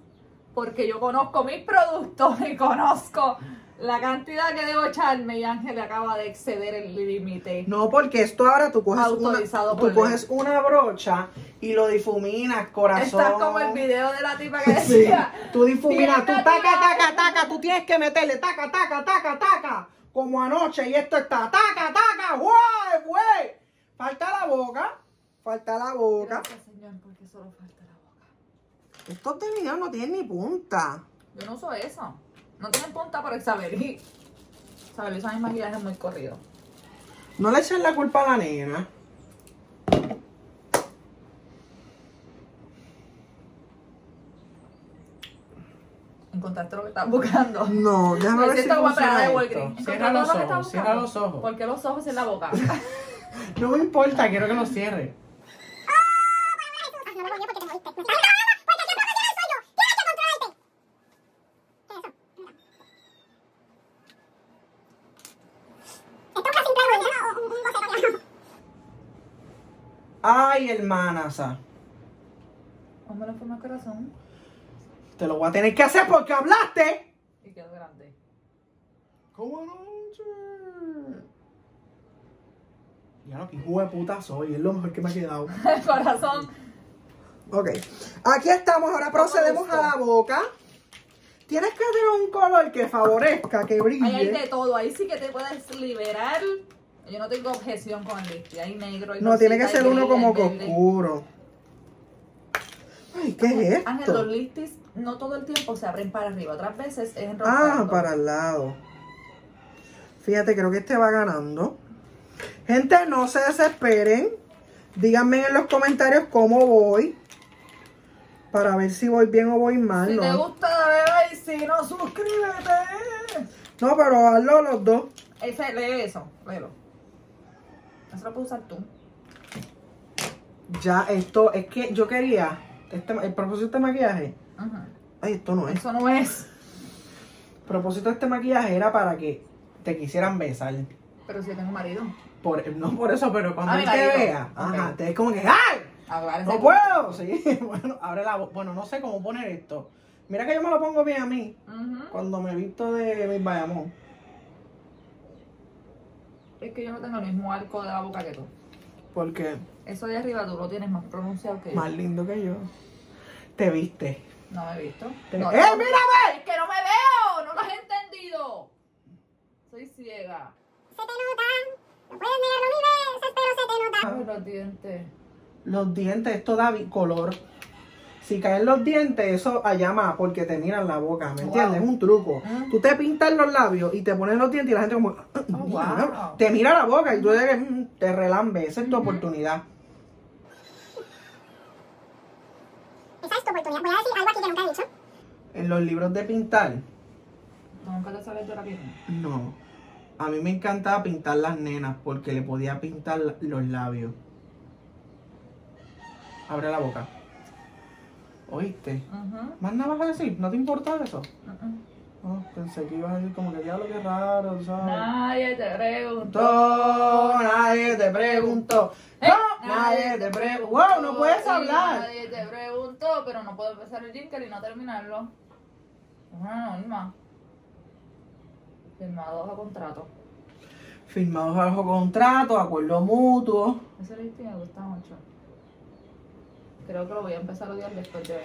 Speaker 1: porque yo conozco mis productos y conozco la cantidad que debo echarme y Ángel acaba de exceder el límite.
Speaker 2: No, porque esto ahora tú coges,
Speaker 1: Autorizado
Speaker 2: una,
Speaker 1: por
Speaker 2: tú
Speaker 1: ley.
Speaker 2: coges una brocha y lo difuminas, corazón.
Speaker 1: Estás como el video de la tipa que
Speaker 2: Sí,
Speaker 1: decía.
Speaker 2: tú difuminas, tú
Speaker 1: "Tienda,
Speaker 2: taca,
Speaker 1: tienda".
Speaker 2: taca, taca, tú tienes que meterle taca, taca, taca, taca, como anoche y esto está taca, taca, güey, güey. Falta la boca, falta la boca.
Speaker 1: Gracias, señor, porque solo falta la boca.
Speaker 2: Estos de video no tienen ni punta.
Speaker 1: Yo no uso eso. No tienen punta por el Saberí. Saberí usa mis maquillajes muy corrido.
Speaker 2: No le echen la culpa a la nena.
Speaker 1: Encontraste lo que estás buscando.
Speaker 2: No, déjame
Speaker 1: Me
Speaker 2: ver si
Speaker 1: siento como
Speaker 2: funciona
Speaker 1: empleada de
Speaker 2: esto.
Speaker 1: Walgreens.
Speaker 2: Cierra
Speaker 1: Encontré
Speaker 2: los
Speaker 1: todo lo que estaba
Speaker 2: ojos, cierra
Speaker 1: buscando.
Speaker 2: los ojos.
Speaker 1: ¿Por qué los ojos en la boca?
Speaker 2: No me importa, quiero que los cierre.
Speaker 3: Ah, no lo volví porque te moriste. Me estás grabando porque yo puedo llegar al sueño. Tienes que controlarte. ¿Qué es eso? Mira. Esto es una simple ruedita o un- un bocetón.
Speaker 2: Ay, hermana, sa.
Speaker 1: Hombre, forma el corazón
Speaker 2: Te lo voy a tener que hacer porque hablaste.
Speaker 1: y quedó grande.
Speaker 2: ¿Cómo anoche? Ya lo que hijo de puta soy, es lo mejor que me ha quedado.
Speaker 1: El corazón.
Speaker 2: Ok, aquí estamos, ahora procedemos
Speaker 1: gustó.
Speaker 2: a la boca. Tienes que tener un color que favorezca, que
Speaker 1: Ahí hay de
Speaker 2: brille.
Speaker 1: todo. Ahí sí que te puedes liberar. Yo no tengo objeción con el lipstick. Hay negro. hay
Speaker 2: No, tiene que
Speaker 1: rosita,
Speaker 2: ser
Speaker 1: hay
Speaker 2: uno
Speaker 1: verde,
Speaker 2: como
Speaker 1: hay
Speaker 2: que
Speaker 1: verde.
Speaker 2: oscuro. Ay, ¿qué es
Speaker 1: Ángel, los
Speaker 2: esto?
Speaker 1: lipsticks no todo el tiempo se abren para arriba. Otras veces es enroscado.
Speaker 2: Ah, para el lado. Fíjate, creo que este va ganando. Gente, no se desesperen. Díganme en los comentarios cómo voy. Para ver si voy bien o voy mal.
Speaker 1: Si
Speaker 2: ¿no?
Speaker 1: te gusta, bebé, y si no, suscríbete.
Speaker 2: No, pero hazlo los dos.
Speaker 1: Ese, lee eso, léelo. Eso lo puedes usar tú.
Speaker 2: Ya, esto es que yo quería. Este, el propósito de este maquillaje.
Speaker 1: Ajá.
Speaker 2: Ay, esto no es.
Speaker 1: Eso no es.
Speaker 2: El propósito de este maquillaje era para que te quisieran besar.
Speaker 1: Pero si yo tengo marido.
Speaker 2: Por, no por eso, pero cuando
Speaker 1: Ah,
Speaker 2: él
Speaker 1: mi
Speaker 2: te
Speaker 1: marido.
Speaker 2: vea,
Speaker 1: Ok.
Speaker 2: ajá, te es como que ¡ay!
Speaker 1: Hablar
Speaker 2: ¡No puedo! Sí, bueno, abre la bo- Bueno, no sé cómo poner esto. Mira que yo me lo pongo bien a mí cuando me visto de mis bayamón.
Speaker 1: Es que yo no tengo el mismo arco de la boca que tú.
Speaker 2: Porque
Speaker 1: Eso de arriba tú lo tienes más pronunciado que yo.
Speaker 2: más lindo que yo. Te viste.
Speaker 1: No me he visto.
Speaker 2: Te-
Speaker 1: No,
Speaker 2: ¡Eh,
Speaker 1: no-
Speaker 2: mírame!
Speaker 1: Es que no me veo, no lo has entendido. Estoy ciega.
Speaker 3: Se te nota. No puedes negarlo mil veces, pero se te nota.
Speaker 1: Ay, los dientes.
Speaker 2: Los dientes, esto da vi- color. Si caen los dientes, eso allá más porque te miran la boca, ¿me entiendes? Es un truco.
Speaker 1: Mm.
Speaker 2: Tú te pintas los labios y te pones los dientes y la gente como... "Ah,
Speaker 1: wow.
Speaker 2: Te mira la boca y tú te, te relambe. Esa es tu oportunidad.
Speaker 3: Esa es tu oportunidad. Voy a decir algo aquí que nunca he dicho.
Speaker 2: En los libros de pintar,
Speaker 1: Nunca lo sabes yo la pierna.
Speaker 2: no. A mí me encantaba pintar las nenas porque le podía pintar la- los labios. Abre la boca. ¿Oíste?
Speaker 1: Ujú,
Speaker 2: ¿Más nada vas a decir? ¿No te importa eso?
Speaker 1: ujú.
Speaker 2: Oh, pensé que ibas a decir como que diablo que raro, ¿sabes?
Speaker 1: Nadie te preguntó.
Speaker 2: Preguntó, nadie te preguntó.
Speaker 1: Eh,
Speaker 2: No, nadie te preguntó. Wow, no puedes
Speaker 1: Sí,
Speaker 2: hablar.
Speaker 1: Nadie te preguntó, pero no puedo empezar el jingle y no terminarlo. Es una norma. Firmados a contrato.
Speaker 2: Firmados bajo contrato, acuerdo mutuo.
Speaker 1: Ese listing me gusta mucho. Creo que lo voy a empezar a odiar después de hoy.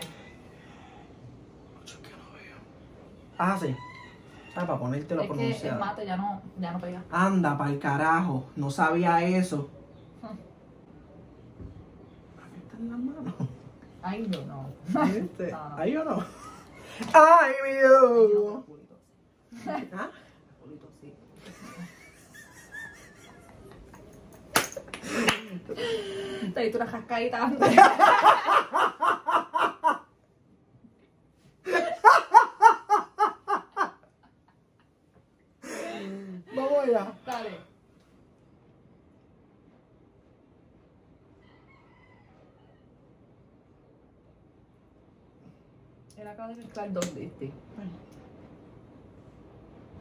Speaker 2: Ah, sí. Ah, para ponértelo
Speaker 1: Es que el
Speaker 2: pronunciado.
Speaker 1: mate ya no, ya no pega.
Speaker 2: Anda, pa'l carajo. No sabía eso. Aquí están las manos.
Speaker 1: Ay, yo no. No,
Speaker 2: ¿Viste?
Speaker 1: no.
Speaker 2: Este, Ahí o no. Ay, mi Dios.
Speaker 1: Culito,
Speaker 2: ¿Ah?
Speaker 1: culito, sí. Te diste una jascadita antes.
Speaker 2: Vamos allá.
Speaker 1: Dale. Él acaba de este. mezclar dos listing.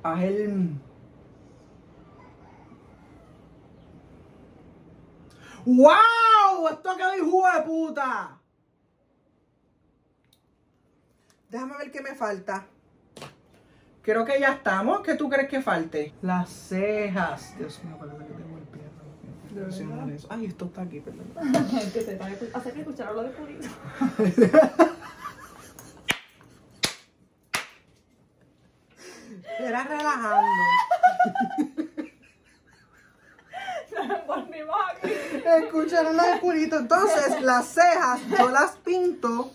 Speaker 2: Haz el. ¡Wow! Esto quedó hijo de puta. Déjame ver qué me falta. Creo que ya estamos. ¿Qué tú crees que falte? Las cejas. Dios mío, perdón que tengo el pie.
Speaker 1: ¿De verdad?
Speaker 2: Presionar eso. Ay, esto está aquí, perdón.
Speaker 1: que se están escuchando. Hace que escucharon lo de Purito.
Speaker 2: Era relajando.
Speaker 1: No me ponemos aquí.
Speaker 2: Escucharon lo de Purito. Entonces, las cejas yo las pinto.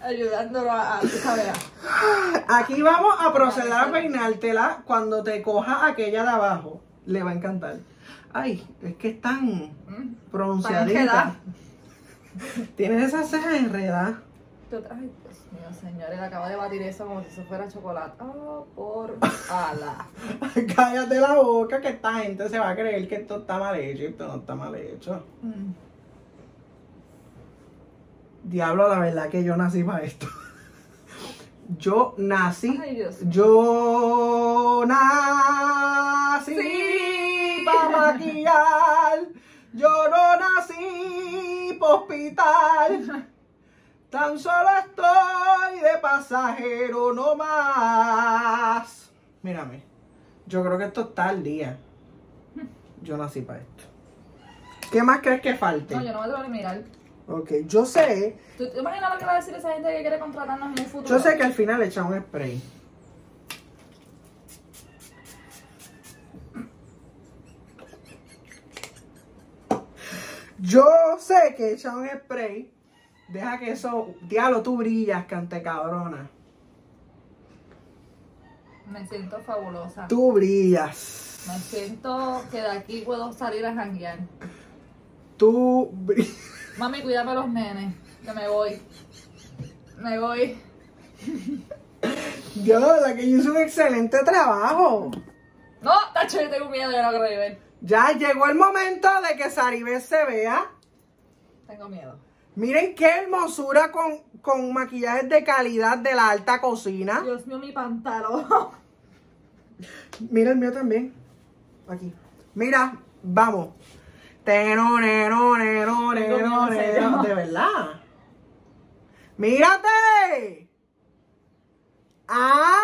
Speaker 1: Ayudándolo a, a, tú sabes, a-
Speaker 2: Aquí vamos a proceder a peinártela cuando te coja aquella de abajo. Le va a encantar. Ay, es que están
Speaker 1: Mm.
Speaker 2: pronunciaditas.
Speaker 1: enredadas.
Speaker 2: Tienes esas cejas enredadas.
Speaker 1: Tú tra- Ay, Dios mío, señores, acaba de batir eso como si eso fuera chocolate. Oh, por ala.
Speaker 2: Cállate la boca que esta gente se va a creer que esto está mal hecho y esto no está mal hecho.
Speaker 1: Mm.
Speaker 2: Diablo, la verdad que yo nací para esto. Yo nací.
Speaker 1: Ay, Dios.
Speaker 2: Yo nací
Speaker 1: Sí.
Speaker 2: para maquillar. Yo no nací para hospital. Tan solo estoy de pasajero no más. Mírame, yo creo que esto está al día. Yo nací para esto. ¿Qué más crees que falte?
Speaker 1: No, yo no me tengo ni mirar.
Speaker 2: Ok, yo sé,
Speaker 1: ¿Tú te imaginas lo que va a decir esa gente que quiere contratarnos en un futuro?
Speaker 2: yo sé que al final echa un spray. Yo sé que echa un spray. Deja que eso, diablo, tú brillas, cante cabrona.
Speaker 1: Me siento fabulosa.
Speaker 2: Tú brillas.
Speaker 1: Me siento que de aquí puedo salir a janguear.
Speaker 2: Tú brillas.
Speaker 1: Mami, cuídame los nenes, que me voy. Me voy.
Speaker 2: Yo la verdad que yo hice un excelente trabajo.
Speaker 1: No, tacho, yo tengo miedo, yo no quiero vivir.
Speaker 2: Ya llegó el momento de que Saribé se vea.
Speaker 1: Tengo miedo.
Speaker 2: Miren qué hermosura con, con maquillajes de calidad de la alta cocina.
Speaker 1: Dios mío, mi pantalón.
Speaker 2: Mira el mío también. Aquí. Mira, vamos. Tenero, nero, nero,
Speaker 1: Tengo
Speaker 2: nero,
Speaker 1: miedo,
Speaker 2: nero.
Speaker 1: señor.
Speaker 2: De verdad. Mírate. Ah,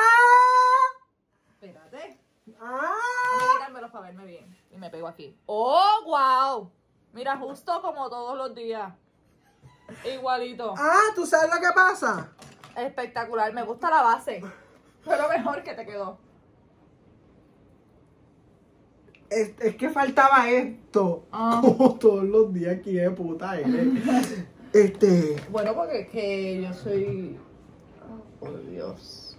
Speaker 1: Espérate.
Speaker 2: ah.
Speaker 1: Quitármelos para verme bien. Y me pego aquí. ¡Oh, wow! Mira, justo como todos los días. Igualito.
Speaker 2: Ah, ¿tú sabes lo que pasa?
Speaker 1: Espectacular, me gusta la base. Fue lo mejor que te quedó.
Speaker 2: Es, es que faltaba esto.
Speaker 1: Ah.
Speaker 2: Como todos los días aquí de puta eres. Este.
Speaker 1: Bueno, porque es que yo soy. Por Dios.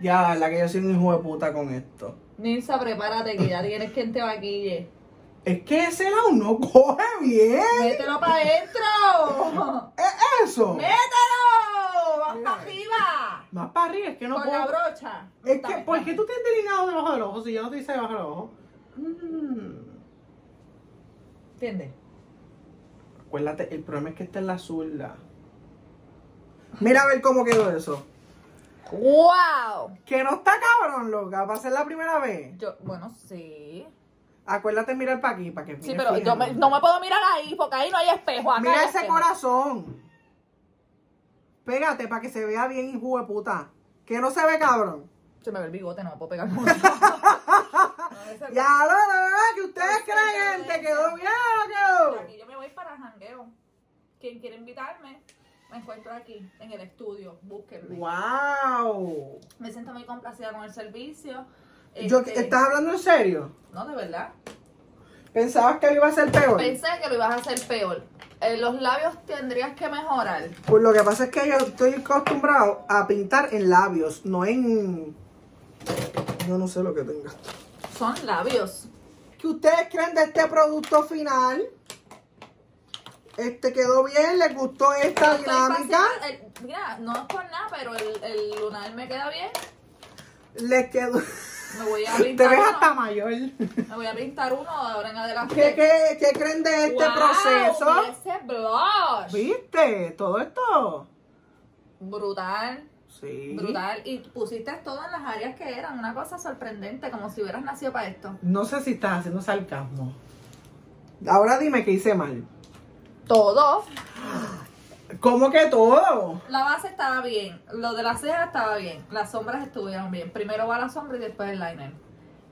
Speaker 2: Ya, la verdad que yo soy un hijo de puta con esto.
Speaker 1: Nilsa, prepárate que ya tienes quien te vaquille.
Speaker 2: Es que ese lado no coge bien.
Speaker 1: ¡Mételo para adentro!
Speaker 2: ¿Es eso?
Speaker 1: ¡Mételo! ¡Vas para arriba!
Speaker 2: Más para arriba, es que no
Speaker 1: Con
Speaker 2: puedo.
Speaker 1: la brocha.
Speaker 2: Es que, ¿por qué tú te has delineado debajo del ojo si yo no te hice debajo del ojo? Mm.
Speaker 1: ¿Entiendes?
Speaker 2: Acuérdate, el problema es que esta es la zurda. Mira a ver cómo quedó eso.
Speaker 1: ¡Wow!
Speaker 2: Que no está cabrón, loca. Va a ser la primera vez.
Speaker 1: Yo, bueno, sí.
Speaker 2: Acuérdate mirar para aquí, para que
Speaker 1: Sí,
Speaker 2: mires
Speaker 1: pero yo me-
Speaker 2: fijamente.
Speaker 1: no me puedo mirar ahí porque ahí no hay espejo. Acá
Speaker 2: Mira
Speaker 1: hay
Speaker 2: ese
Speaker 1: espejo.
Speaker 2: corazón. Pégate para que se vea bien, hijo de puta. Que no se ve cabrón.
Speaker 1: Se me ve el bigote, no me puedo pegar mucho.
Speaker 2: Ya, lo, la verdad que ustedes creen, gente, quedó bien, o quedó.
Speaker 1: Aquí yo me voy para el jangueo. Quien quiera invitarme, me encuentro aquí, en el estudio. Búsquenme.
Speaker 2: Wow.
Speaker 1: Me siento muy complacida con el servicio.
Speaker 2: Yo,
Speaker 1: Este,
Speaker 2: ¿Estás hablando en serio?
Speaker 1: No, de verdad.
Speaker 2: Pensabas que iba a ser peor.
Speaker 1: Pensé que lo ibas a hacer peor. Eh, los labios tendrías que mejorar.
Speaker 2: Pues lo que pasa es que yo estoy acostumbrado a pintar en labios, no en. Yo no sé lo que tenga.
Speaker 1: Son labios.
Speaker 2: ¿Qué ustedes creen de este producto final? Este quedó bien, les gustó esta
Speaker 1: Estoy
Speaker 2: dinámica.
Speaker 1: fascinada. El- mira, no es por nada, pero el, el lunar me queda bien.
Speaker 2: Les quedó.
Speaker 1: Me voy a
Speaker 2: Te
Speaker 1: pintar
Speaker 2: ves
Speaker 1: uno.
Speaker 2: hasta mayor. ¿Qué,
Speaker 1: Me voy a pintar uno de ahora en adelante.
Speaker 2: qué, qué creen de este
Speaker 1: Wow, mira
Speaker 2: proceso?
Speaker 1: Ese blush.
Speaker 2: ¿Viste? Todo esto.
Speaker 1: Brutal.
Speaker 2: Sí.
Speaker 1: Brutal. Y pusiste todo en las áreas que eran. Una cosa sorprendente, como si hubieras nacido para esto.
Speaker 2: No sé si estás haciendo sarcasmo. Ahora dime qué hice mal.
Speaker 1: Todo.
Speaker 2: ¿Cómo que todo?
Speaker 1: La base estaba bien. Lo de las cejas estaba bien. Las sombras estuvieron bien. Primero va la sombra y después el liner.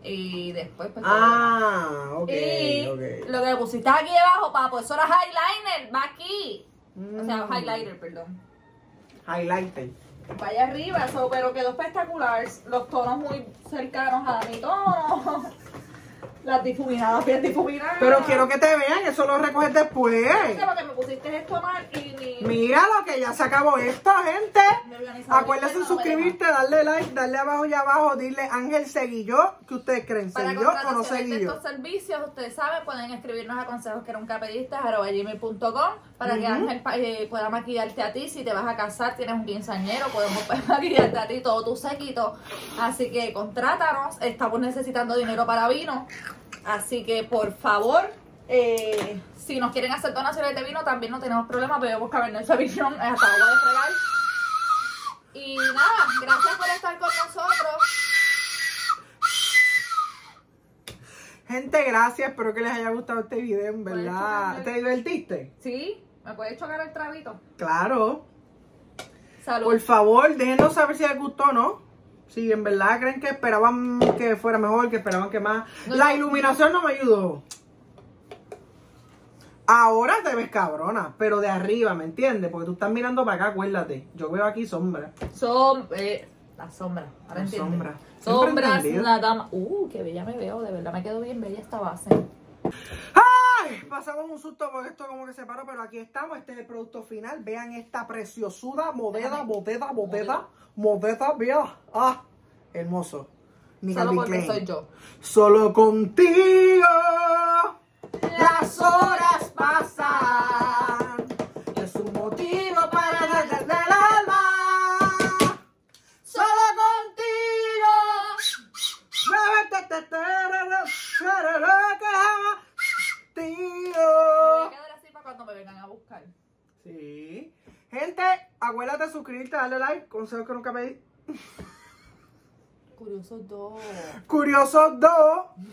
Speaker 1: Y después, pues. todo lo demás.
Speaker 2: Ah, ok,
Speaker 1: y
Speaker 2: ok.
Speaker 1: lo que pusiste aquí debajo, papo, eso era eyeliner. Va aquí. O sea,
Speaker 2: Mm.
Speaker 1: highlighter, perdón.
Speaker 2: Highlighter.
Speaker 1: Vaya arriba, eso, pero quedó espectacular. Los tonos muy cercanos a mi tono. Las difuminadas, bien difuminadas.
Speaker 2: Pero quiero que te vean, eso lo recoges después.
Speaker 1: Fíjate Lo que me pusiste es esto mal y mi.
Speaker 2: Mira lo que ya se acabó esto, gente.
Speaker 1: mi organizador
Speaker 2: Acuérdense de
Speaker 1: interno no me
Speaker 2: suscribirte, darle like, darle abajo y abajo, dile Ángel seguí yo, que ustedes creen,
Speaker 1: deja. Para
Speaker 2: seguí yo o no
Speaker 1: contrataciones
Speaker 2: seguí
Speaker 1: de
Speaker 2: yo.
Speaker 1: estos servicios, ustedes saben, pueden escribirnos a consejos que eran para que
Speaker 2: Ujú.
Speaker 1: Ángel pa- eh, pueda maquillarte a ti. Si te vas a casar, tienes un quinceañero, podemos maquillarte a ti todo tu séquito. Así que contrátanos, estamos necesitando dinero para vino. Así que por favor, eh, si nos quieren hacer donaciones de vino, también no tenemos problema, podemos caber nuestra visión eh, hasta agua de fregar. Y nada, gracias por estar con nosotros.
Speaker 2: Gente, gracias, espero que les haya gustado este video, en verdad.
Speaker 1: Puedes tocarle.
Speaker 2: ¿Te divertiste?
Speaker 1: Sí, me puede chocar el trabito.
Speaker 2: Claro. Por
Speaker 1: Salud.
Speaker 2: favor, déjenos saber si les gustó o no. Si en verdad creen que esperaban que fuera mejor, que esperaban que más.
Speaker 1: No,
Speaker 2: La
Speaker 1: no.
Speaker 2: iluminación no me ayudó. Ahora te ves cabrona, pero de arriba, ¿me entiendes? Porque tú estás mirando para acá, acuérdate. Yo veo aquí sombra.
Speaker 1: Som eh, la sombra. Ahora
Speaker 2: La
Speaker 1: entiendes.
Speaker 2: sombra. Siempre
Speaker 1: Sombras,
Speaker 2: entendido.
Speaker 1: la dama. Uh, qué bella me veo, de verdad me quedó bien bella esta base.
Speaker 2: ¡Ay! Pasamos un susto porque esto como que se paró, pero aquí estamos. Este es el producto final. Vean esta preciosura, modeda,
Speaker 1: Déjame.
Speaker 2: modeda, modeda, modeda, vea. ¡Ah! Hermoso. Ni
Speaker 1: Solo
Speaker 2: Calvin
Speaker 1: porque
Speaker 2: Klein.
Speaker 1: soy yo.
Speaker 2: Solo contigo las horas pasan. Es un motivo para desde el alma. Solo contigo.
Speaker 1: Me voy a
Speaker 2: Contigo.
Speaker 1: quedar así para cuando me vengan a buscar.
Speaker 2: Sí. Gente, acuérdate de suscribirte, darle like. Consejo que nunca pedí.
Speaker 1: Curiosos dos.
Speaker 2: Curiosos 2.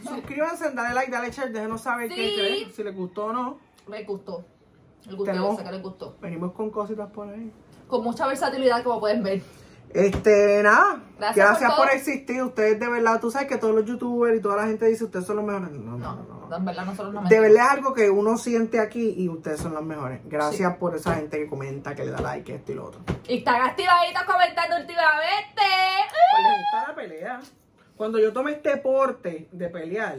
Speaker 2: Suscríbanse, dale like, dale share. Déjenos saber qué
Speaker 1: Sí.
Speaker 2: creen, si les gustó o no.
Speaker 1: Les gustó. Les gustó,
Speaker 2: Tenemos-
Speaker 1: yo sé que les gustó.
Speaker 2: Venimos con cositas por ahí.
Speaker 1: Con mucha versatilidad, como pueden ver.
Speaker 2: Este, nada.
Speaker 1: Gracias
Speaker 2: Gracias,
Speaker 1: por
Speaker 2: por,
Speaker 1: todo.
Speaker 2: existir. Ustedes de verdad, tú sabes que todos los youtubers y toda la gente dice, ustedes son los mejores. No, no, no. no.
Speaker 1: No, en verdad nosotros no
Speaker 2: De
Speaker 1: mentimos.
Speaker 2: verdad es algo que uno siente aquí y ustedes son los mejores. Gracias por esa gente que comenta, que le da like, esto y lo otro.
Speaker 1: Y están activaditos comentando últimamente.
Speaker 2: Pues les gusta la pelea. Cuando yo tomé este porte de pelear,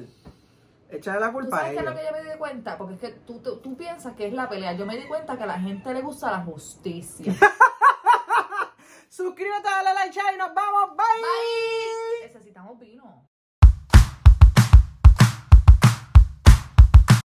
Speaker 2: echarle la
Speaker 1: ¿Tú
Speaker 2: culpa a
Speaker 1: sabes qué es
Speaker 2: ellos.
Speaker 1: lo que yo me di cuenta? Porque es que tú, tú, tú piensas que es la pelea. Yo me di cuenta que a la gente le gusta la justicia.
Speaker 2: Suscríbete, dale like, share y nos vamos. Bye.
Speaker 1: Bye. Necesitamos vino.